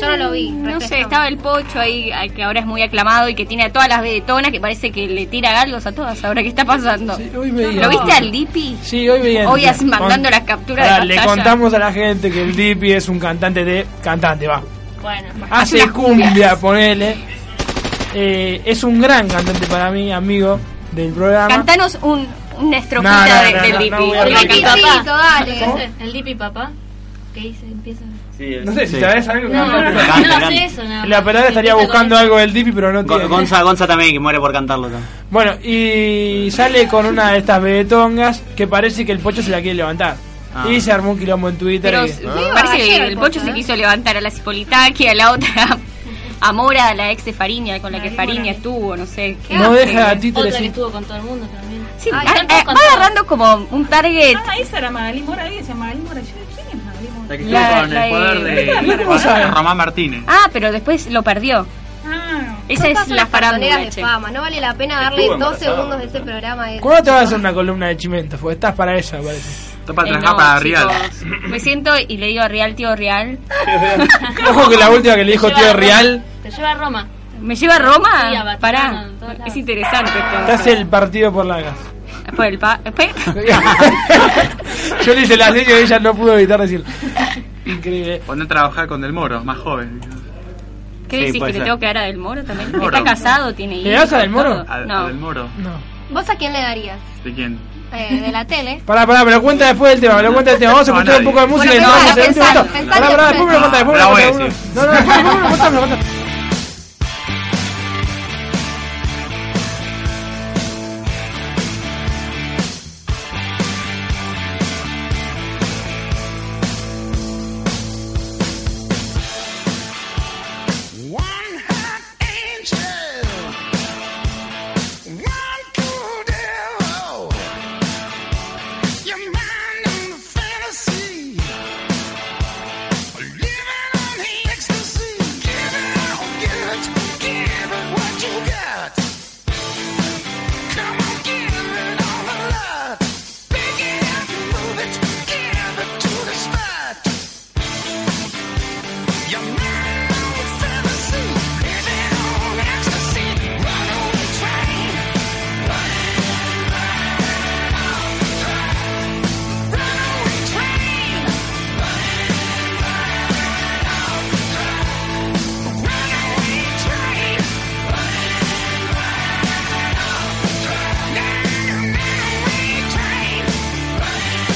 S10: Yo no lo vi.
S4: No
S10: refresco.
S4: sé, estaba el pocho ahí, al que ahora es muy aclamado y que tiene a todas las detonas, que parece que le tira galgos a todas. Ahora, ¿qué está pasando?
S2: hoy veía.
S4: ¿Lo viste al Dipi?
S2: Sí, hoy veía.
S4: Hoy así mandando las capturas de
S2: Pará, Le
S4: pantalla.
S2: contamos a la gente que el Dipi es un cantante de. Cantante, va.
S13: Bueno.
S2: Hace cumbia, ponele. Eh, es un gran cantante para mí, amigo del programa.
S4: Cantanos un, una
S2: No,
S4: estrofita
S2: no,
S4: de-
S2: no,
S4: del
S2: no,
S4: Dipi.
S2: no voy a
S4: Porque
S2: hablar.
S4: cantó
S13: Papá.
S4: papá.
S13: No sé, El Lipi papá. ¿Qué dice? Empieza.
S2: No sé si
S3: Sí.
S2: sabes
S13: (laughs)
S2: algo.
S13: No, no, no,
S3: Cante,
S13: no
S3: cante.
S13: sé eso, nada
S2: La
S13: más.
S2: pelada estaría
S13: Empieza con
S2: buscando algo del Dipi, pero no tiene.
S3: Go- Gonza, Gonza también que muere por cantarlo. también.
S2: Bueno, y sale con una de estas bebetongas que parece que el pocho se la quiere levantar.
S3: Ah.
S2: Y se armó un quilombo en Twitter.
S4: Pero
S2: y- "Ah,
S4: parece
S10: ayer
S4: que
S10: el
S4: el
S10: Pocho,
S4: pocho
S10: ¿eh?
S4: se quiso levantar a la Cipolitaki, a la otra, (laughs) a Mora, a la ex de Fariña, con la que Fariña estuvo, no sé. ¿qué
S2: No
S4: hace?
S2: deja a Tito
S13: Otra que
S2: decir-
S13: estuvo con todo el mundo también.
S4: Sí,
S13: Ay,
S4: ah,
S13: tantos
S4: eh,
S13: con
S4: va
S13: todo.
S4: agarrando como un target.
S6: Ah, esa era Magalí Mora, ahí decía Magalí Mora. Yo, ¿quién es Magalí Mora?
S5: La que
S4: La-
S5: estuvo con
S4: la
S5: el poder
S4: de-
S5: de,
S4: Mirá cómo sabe.
S5: Román Martínez.
S4: Ah, pero después lo perdió.
S6: Ah,
S4: Esa
S10: Son
S4: es
S10: pasos
S4: la
S10: las cartoneras
S4: farándula,
S10: de
S4: che.
S10: fama. No vale la pena darle
S5: Estuvo
S10: dos
S5: embarazada.
S10: segundos de ese programa. eh.
S2: ¿Cuándo te vas a hacer una columna de chimentos? Porque estás para esa, parece.
S5: Está para
S4: Eh,
S5: trabajar
S4: no,
S5: para Real.
S4: chicos. Me siento y le digo a Real, tío Real.
S2: (laughs) Ojo que la última que
S4: (laughs)
S2: le dijo
S13: Te lleva
S2: tío
S13: a Roma,
S2: Real,
S13: Te lleva a Roma.
S4: ¿Me lleva a Roma?
S13: Sí, a Vaticano,
S4: Pará.
S13: en todos lados.
S4: Es interesante
S2: te hace
S4: esto.
S2: el partido por la gas.
S4: Por el pa-
S2: (laughs)
S4: pe-
S2: Yo le hice la serie y ella no pudo evitar decirlo. Increíble.
S5: Cuando trabajar con Del Moro, más joven.
S4: ¿Qué
S3: Sí,
S4: decís?
S3: puede
S4: ¿Que le
S3: ser.
S4: tengo que dar a Del Moro también?
S3: Moro.
S4: ¿Está casado? ¿Tiene hijos?
S2: ¿Le das a Del Moro?
S4: todo? No.
S5: Moro.
S10: ¿Vos a quién le darías?
S5: ¿De quién?
S10: Eh, de la tele.
S2: Pará, pará, me lo cuenta después del tema, me lo cuenta el tema. Vamos a
S5: No,
S2: escuchar un
S5: nadie.
S2: poco de música
S10: Bueno,
S2: y nos vamos
S10: pensalo,
S2: a hacer un
S10: pensalo,
S2: tema.
S10: pensalo,
S2: Pará, pará, después me lo cuenta, después me
S5: Ah,
S2: lo
S5: la
S2: cuenta.
S5: voy a
S2: después me lo- No, no, después después me lo cuenta, me lo cuenta.
S11: One hot angel, one cool devil. Your mind on the fantasy, living on the ecstasy. Give it all, give it, give it what you got. Come on, give it all a lot. Pick it up and move it, give it to the spot. Your mind on the fantasy, living on ecstasy. Runaway train, running, running on the track. Runaway train, running, running on the track. Runaway train, running, running on the track. Runaway train, running, running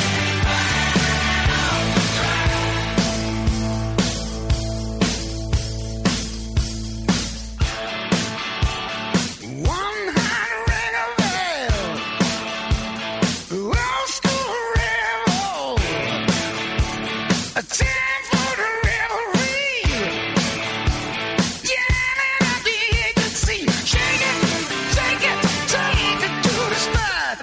S11: on the track. One hot ring of bell, old school rebel, a time for the revelry. Yelling at the agency, shake it, shake it, take it to the spot.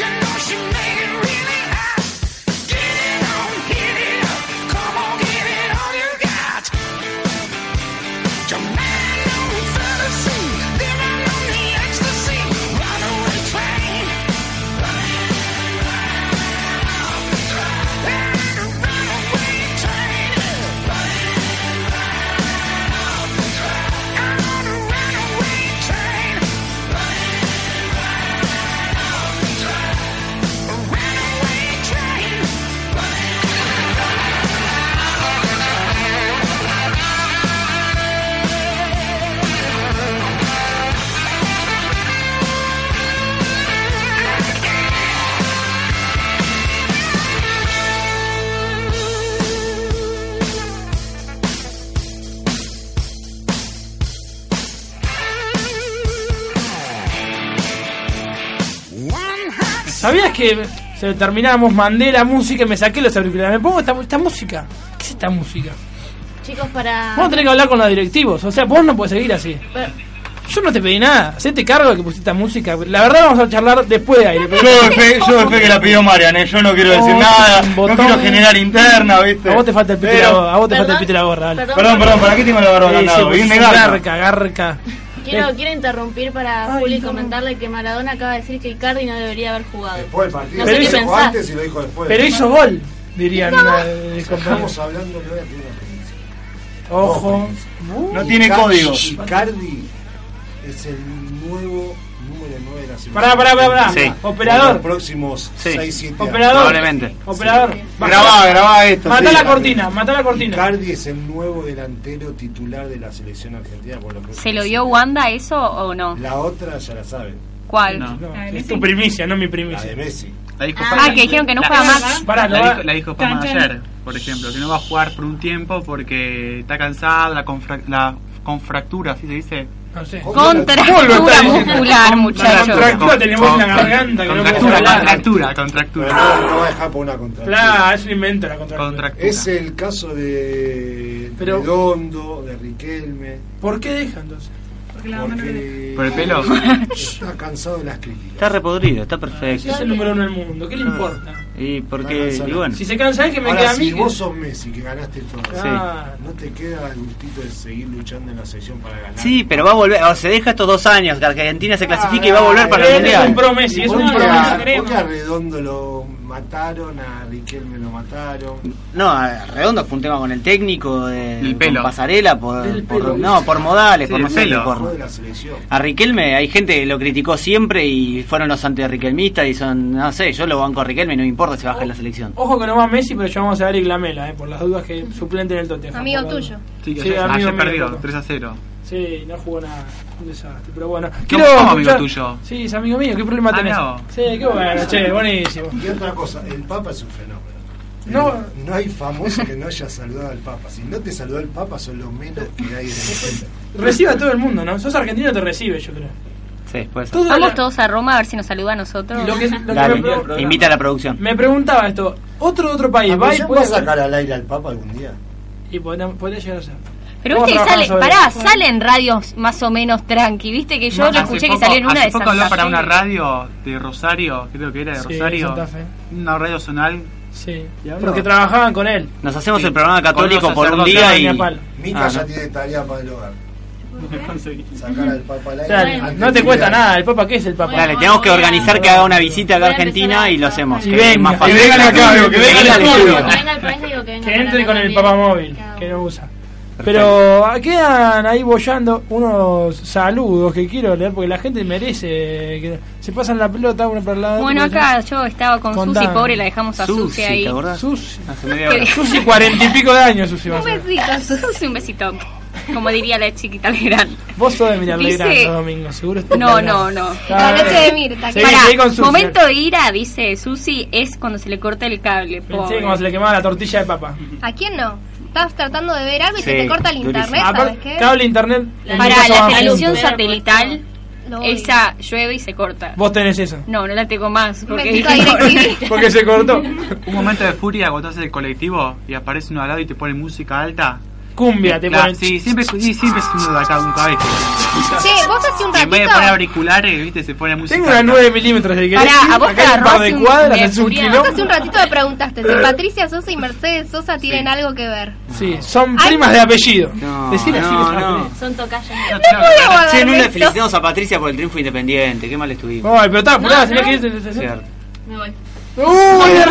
S11: You know she made it really hot. Get it on, get it up, come on, give it all you got. Your man on fantasy, living on the ecstasy. Runaway train, running, running on the track. Runaway train, running, running on the track. On a runaway train, running, running on the track. A runaway train, running,
S2: ¿Sabías que se terminábamos, mandé la música y me saqué los auriculares? Me pongo esta, esta música. ¿Qué es esta música?
S13: Chicos, para.
S2: Vamos a tener que hablar con los directivos. O sea, vos no podés seguir así.
S13: Pero-
S2: Yo no te pedí nada. Hacete cargo de que pusiste esta música. La verdad, vamos a charlar después de aire.
S9: Yo de fe, yo de fe que la pidió Marian, eh, yo no quiero decir
S2: Oh,
S9: nada,
S2: botón.
S9: no quiero generar interna, ¿viste?
S2: A vos te falta el pito
S9: Pero-
S2: la gorra, a vos te falta el pito la gorra, dale.
S13: perdón.
S9: Perdón, perdón, ¿para qué tengo la barba
S2: Sí,
S9: agrandada?
S2: sí,
S9: Bien de
S2: sos
S9: garca.
S2: garca, garca.
S13: Quiero, quiero interrumpir para Juli comentarle que Maradona acaba de decir que Icardi no debería haber jugado.
S7: Después del partido.
S13: No sé
S7: Pero
S13: qué
S7: hizo
S13: pensás.
S7: antes y lo dijo después.
S2: Pero hizo gol, dirían.
S7: No.
S2: eh, los compañeros.
S7: Estamos hablando de una primera primicia.
S2: Ojo.
S7: Icardi- Icardi es el nuevo número 9 de la selección.
S2: Pará, pará, pará, pará. Sí. Operador.
S7: Por los próximos
S2: Sí.
S7: 6, 7 años.
S2: Operador. Operador. Bajá. Matá la cortina, matá la cortina.
S7: Icardi es el nuevo delantero titular de la selección argentina por los próximos
S4: ¿Se lo
S7: seis
S4: dio Wanda eso o no?
S7: La otra ya la saben.
S4: ¿Cuál?
S2: Es tu primicia, no mi primicia.
S7: de Messi.
S5: La dijo
S4: Ah,
S5: Fama-
S4: que dijeron que no
S5: la-
S4: juega más.
S2: Pará,
S5: la,
S2: no va-
S5: dijo, la dijo Fama
S4: Chan, chan.
S5: ayer, por ejemplo, que no va a jugar por un tiempo porque está cansado, la, confra- la confractura, así se dice.
S2: No sé.
S4: Contractura muscular, muchachos.
S2: Contractura tenemos en la garganta que no
S5: Contractura,
S2: podemos hablar.
S5: contractura, contractura.
S7: No, no va a dejar por una contra.
S2: Claro, es un invento la contractura.
S7: Es el caso de
S2: Pero-
S7: Redondo, de Riquelme.
S2: ¿Por qué deja entonces?
S6: Porque
S7: la
S2: mano
S5: ¿Por el pelo?
S7: (laughs)
S4: (laughs)
S7: Está cansado de las críticas.
S15: Está repodrido, está perfecto.
S2: Si es el número uno del mundo,
S5: Ah.
S2: ¿qué le importa?
S15: Y porque,
S7: Está
S15: y
S7: cansado.
S15: bueno.
S2: Si se cansa él, que me
S7: Ahora,
S2: queda a
S7: si
S2: mí. Ah. que-
S7: vos sos Messi, que ganaste todo,
S15: Sí.
S7: ¿no te queda el gustito de seguir luchando en la selección para ganar?
S15: Sí, pero va a volver, o se deja estos dos años que Argentina se clasifique y va a volver para
S7: Eh,
S15: el Mundial.
S7: es un pro
S2: Messi,
S7: Y
S2: es
S7: vos
S2: un
S7: que
S2: pro
S7: a-
S2: Messi,
S7: vos
S2: creemos.
S7: que a Redondo lo mataron, a Riquelme lo mataron.
S15: No, a Redondo fue un tema con el técnico, de,
S5: pelo.
S15: con pasarela, por,
S7: Del
S15: por-
S7: pelo.
S15: no, por modales,
S7: Sí,
S15: por no
S7: el
S15: sé
S7: pelo.
S15: qué, por-
S7: Fue de la selección.
S15: A Riquelme hay gente que lo criticó siempre y fueron los antirriquelmistas y son, no sé, yo lo banco a Riquelme y no me
S3: importa si baja en la selección.
S2: Ojo que no va Messi, pero llamamos a Eric Lamela, eh, por las dudas que suplente en el Tottenham.
S10: Amigo
S2: por las
S10: tuyo.
S2: dudas.
S5: Sí, que
S2: Sí,
S5: ayer,
S2: amigo
S5: ayer
S2: mío,
S5: perdió,
S2: Toto.
S5: 3 a 0.
S2: Sí, no jugó nada. Un desastre, pero bueno.
S5: ¿cómo amigo
S2: escuchar-
S5: tuyo?
S2: Sí, es amigo mío. ¿Qué problema
S5: Ah,
S2: tenés?
S5: no.
S2: Sí, qué
S7: (laughs)
S2: bueno, che, buenísimo.
S7: Y otra cosa, el Papa es un fenómeno.
S2: No.
S7: No hay famoso que no haya saludado al Papa. Si no te saludó el Papa, son los menos que hay en el mundo.
S2: Recibe a todo el mundo, ¿no? Sos argentino, te recibe, yo creo.
S3: Sí, puede ser.
S2: Todo
S4: Vamos
S2: la-
S4: todos a Roma a ver si nos saluda a nosotros.
S2: Lo que- lo que
S3: Dale,
S2: me pregun-
S3: invita a la producción.
S2: Me preguntaba esto, otro otro país, va y
S7: ¿Vas
S2: puede
S7: a sacar al aire al Papa algún día?
S2: y podría, podría llegar a ser.
S4: Pero
S2: Vamos
S4: viste que
S2: trabajando
S4: sale,
S2: sobre
S4: pará,
S2: eso.
S4: sale en radios más o menos tranqui, viste que yo
S5: No,
S4: lo
S5: hace
S4: escuché
S5: poco-
S4: que salió en una
S5: hace
S4: de
S5: poco
S4: Santa
S5: habló para
S4: Fe.
S5: una radio de Rosario, creo que era de
S2: Sí,
S5: Rosario.
S2: Santa Fe.
S5: Una radio zonal.
S2: Sí.
S5: Porque
S2: Porque trabajaban con él.
S3: Nos hacemos el programa católico por un día y.
S7: Mica
S3: Ah,
S7: ya
S3: no.
S7: tiene tarea para el hogar. Sacar al Papa al
S2: O
S7: aire.
S2: sea,
S7: antes
S2: no
S7: de
S2: te cuesta
S7: llegar.
S2: nada, el Papa, ¿qué es el Papa?
S3: Dale, tenemos que organizar que haga una visita acá a Argentina y lo hacemos.
S2: Y
S3: que es
S2: venga.
S3: más fácil.
S2: Y vengan acá, digo, que vengan al estudio.
S13: Que venga el país, digo que venga.
S2: Que entre con el papamóvil, que no usa. Pero ah, quedan ahí bollando unos saludos que quiero leer porque la gente merece. que- se pasan la pelota una para la
S4: Bueno, acá yo estaba con
S2: Contame.
S4: Susi, pobre, la dejamos a Susi, ahí.
S2: Susi.
S3: Hace
S4: media hora.
S2: Susi, cuarenta y pico de años, Susi. va a
S4: Un
S2: ser. (laughs)
S4: besito, Susi, un besito. Como diría la chiquita Legrand.
S2: Vos sos de mirar
S4: Dice-
S2: Legrand, Domingo, seguro. estás
S4: No,
S2: mirando.
S4: no, no.
S2: Está bien. Seguí,
S4: Pará,
S2: seguí con Susi.
S4: momento de ira, dice Susi, es cuando se le corta el cable.
S2: Pensé
S4: pobre.
S2: como se le quemaba la tortilla de papa.
S10: ¿A quién no? Estás tratando de ver algo y se te corta el internet, ¿sabes
S2: Aparte,
S10: qué?
S2: Ah, Cable, internet. en mi
S4: Para
S2: casa
S4: la
S2: van
S4: televisión
S2: juntos.
S4: satelital, esa llueve y se corta.
S2: Vos tenés eso.
S4: No, no la tengo más. Porque
S10: Me quito a DirecTV.
S4: (laughs)
S3: (laughs)
S2: Porque se
S5: (laughs)
S2: cortó.
S5: Un momento de furia cuando estás en el colectivo y aparece uno al lado y te pone música alta.
S2: Cumbia, te
S5: La-
S2: ponen.
S5: Sí, siempre, sí, siempre es uno de acá, un cabeza.
S10: Che, vos hace un
S5: Y en vez de poner
S10: ratito.
S5: auriculares, viste, se pone música
S2: Tengo una 9 milímetros de que (laughs)
S10: Pará, a vos te
S2: acá hay un par de
S10: agarrás un-
S2: cuadras,
S10: de
S2: es un
S10: furia.
S2: quilombo. Eh.
S10: Vos hace un ratito me preguntaste si Patricia Sosa y Mercedes Sosa tienen algo que ver.
S2: Sí, son primas de apellido. Decir así
S3: no,
S2: que se
S3: no.
S13: Son tocallas.
S10: No podía guardar
S3: Che, Lula,
S10: esto.
S3: felicitamos a Patricia por el triunfo independiente. Qué mal estuvimos.
S2: Ay, pero está apurada,
S13: No,
S2: sería
S13: no.
S2: que irse- se- se-
S3: Cierto.
S13: Me voy. Ah,
S2: ¡Uy, es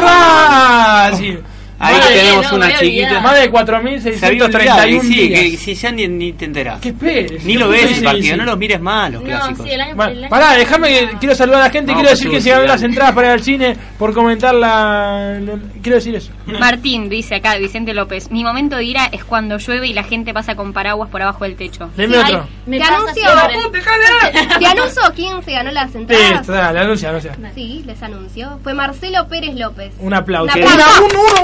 S2: Racing!
S3: Ahí
S2: Madre,
S3: tenemos
S13: no,
S3: una
S13: me había
S3: chiquita.
S2: Más de
S3: Se ha visto 31 sí,
S2: 4.631
S3: que
S2: días.
S3: si ya ni, ni te enterás.
S2: Que esperes.
S3: Ni lo
S2: Sí,
S3: ves
S2: sí,
S3: el partido,
S2: sí.
S3: no los mires más los
S13: No,
S3: clásicos.
S13: sí, el año, el año
S2: Pará, déjame que quiero saludar a la gente.
S3: No,
S2: quiero decir
S3: pues,
S2: que
S3: sí,
S2: se ganan
S3: dale.
S2: las entradas para ir al cine por comentar la. la- Quiero decir eso.
S4: Martín dice acá, Vicente López, mi momento de ira es cuando llueve y la gente pasa con paraguas por abajo del techo.
S2: Deme
S10: Ay,
S2: otro.
S13: Me
S10: Te
S13: pasa
S10: anuncio,
S13: siempre.
S10: te anuncio quién se ganó las entradas.
S2: Listo, dale, anuncia, anuncia.
S10: Sí, les anunció. Fue Marcelo Pérez López.
S2: Un aplauso.
S10: Un
S2: Era
S10: aplauso.
S2: un uno.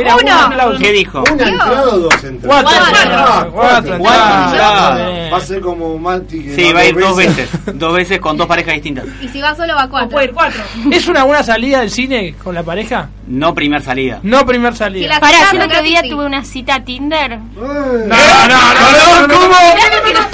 S2: Era un
S10: Uno.
S2: aplauso.
S3: ¿Qué dijo?
S7: ¿Una entrada o dos entradas?
S2: Cuatro.
S7: Ah,
S2: Cuatro. Cuatro.
S7: entradas.
S2: Cuatro.
S7: Va a ser como Mati que
S3: Sí,
S7: va
S3: va a ir dos veces. Dos veces con dos parejas distintas.
S10: Y si va solo va cuatro.
S6: Puede ir cuatro.
S2: ¿Es una buena salida del cine con la pareja?
S3: No primer salida.
S2: No primer
S10: Si
S2: salida.
S10: la-
S4: Pará, yo el
S10: Claro,
S4: otro día
S10: sí.
S4: tuve una cita a Tinder.
S2: No, no, no, no, ¿cómo?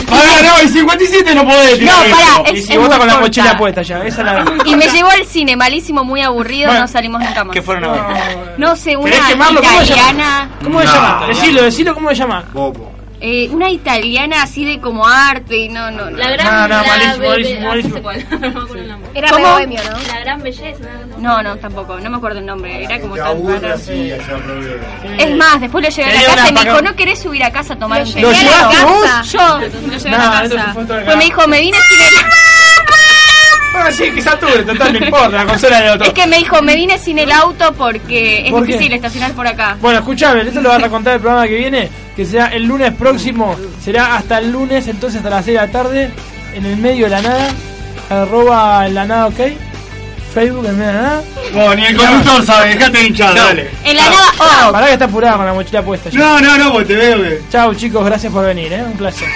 S2: Pará, no, el 57 no podés.
S4: No, pará,
S2: Y
S4: es-
S2: si
S4: es
S2: vos estás
S4: muy
S2: con la
S4: corta.
S2: mochila puesta ya, esa es la.
S4: Y me llevó al cine, malísimo, muy aburrido,
S2: Bueno.
S4: no salimos nunca más.
S3: ¿Qué fueron a ver?
S4: No sé, una
S2: ¿Querés quemarlo? ¿Cómo se llama?
S4: italiana,
S2: ¿Cómo se llama? Decilo, decilo cómo se llama.
S7: Bobo.
S4: eh, una italiana así de como arte y no, no, no.
S13: La gran.
S2: No, no,
S13: la
S2: malísimo,
S13: be-
S2: malísimo,
S13: ah, no sé
S2: malísimo.
S13: cuál, (laughs) no me acuerdo el nombre.
S10: Era
S4: ¿Cómo?
S10: re bohemio, ¿no?
S13: La gran belleza. no, no.
S4: No, no, tampoco, no me acuerdo el nombre, era como
S7: Te
S4: tan
S7: aburre
S4: raro.
S7: así, allá problema.
S4: Es más, después lo llevé a la
S2: Tenía
S4: casa y
S2: una
S4: me dijo,
S2: paca-
S4: ¿no querés subir a casa a tomar un té?
S2: ¿Lo
S10: Tenía la
S2: llevaste
S10: casa.
S2: vos?
S4: Yo, lo llevé
S2: Nah,
S4: a la
S2: esto se
S4: casa.
S2: fue todo acá.
S4: Pues me dijo, me vine sin el...
S2: Ah, sí, que sature, total, no importa, la consola del otro.
S4: Es que me dijo, me vine sin el auto porque es
S2: ¿Por qué?
S4: difícil estacionar por acá.
S2: Bueno, escúchame, esto lo vas a contar el programa que viene, que será el lunes próximo, será hasta el lunes, entonces hasta las 6 de la tarde, en el medio de la nada, arroba la nada, ok, Facebook en medio de la nada.
S15: Bueno, ni el conductor sabe, dejate de hinchar, dale.
S4: En la nada, oh,
S2: Pará que está apurada con la mochila puesta. ya.
S15: No, no, no, porque te veo, que-
S2: Chau chicos, gracias por venir, ¿eh? un placer.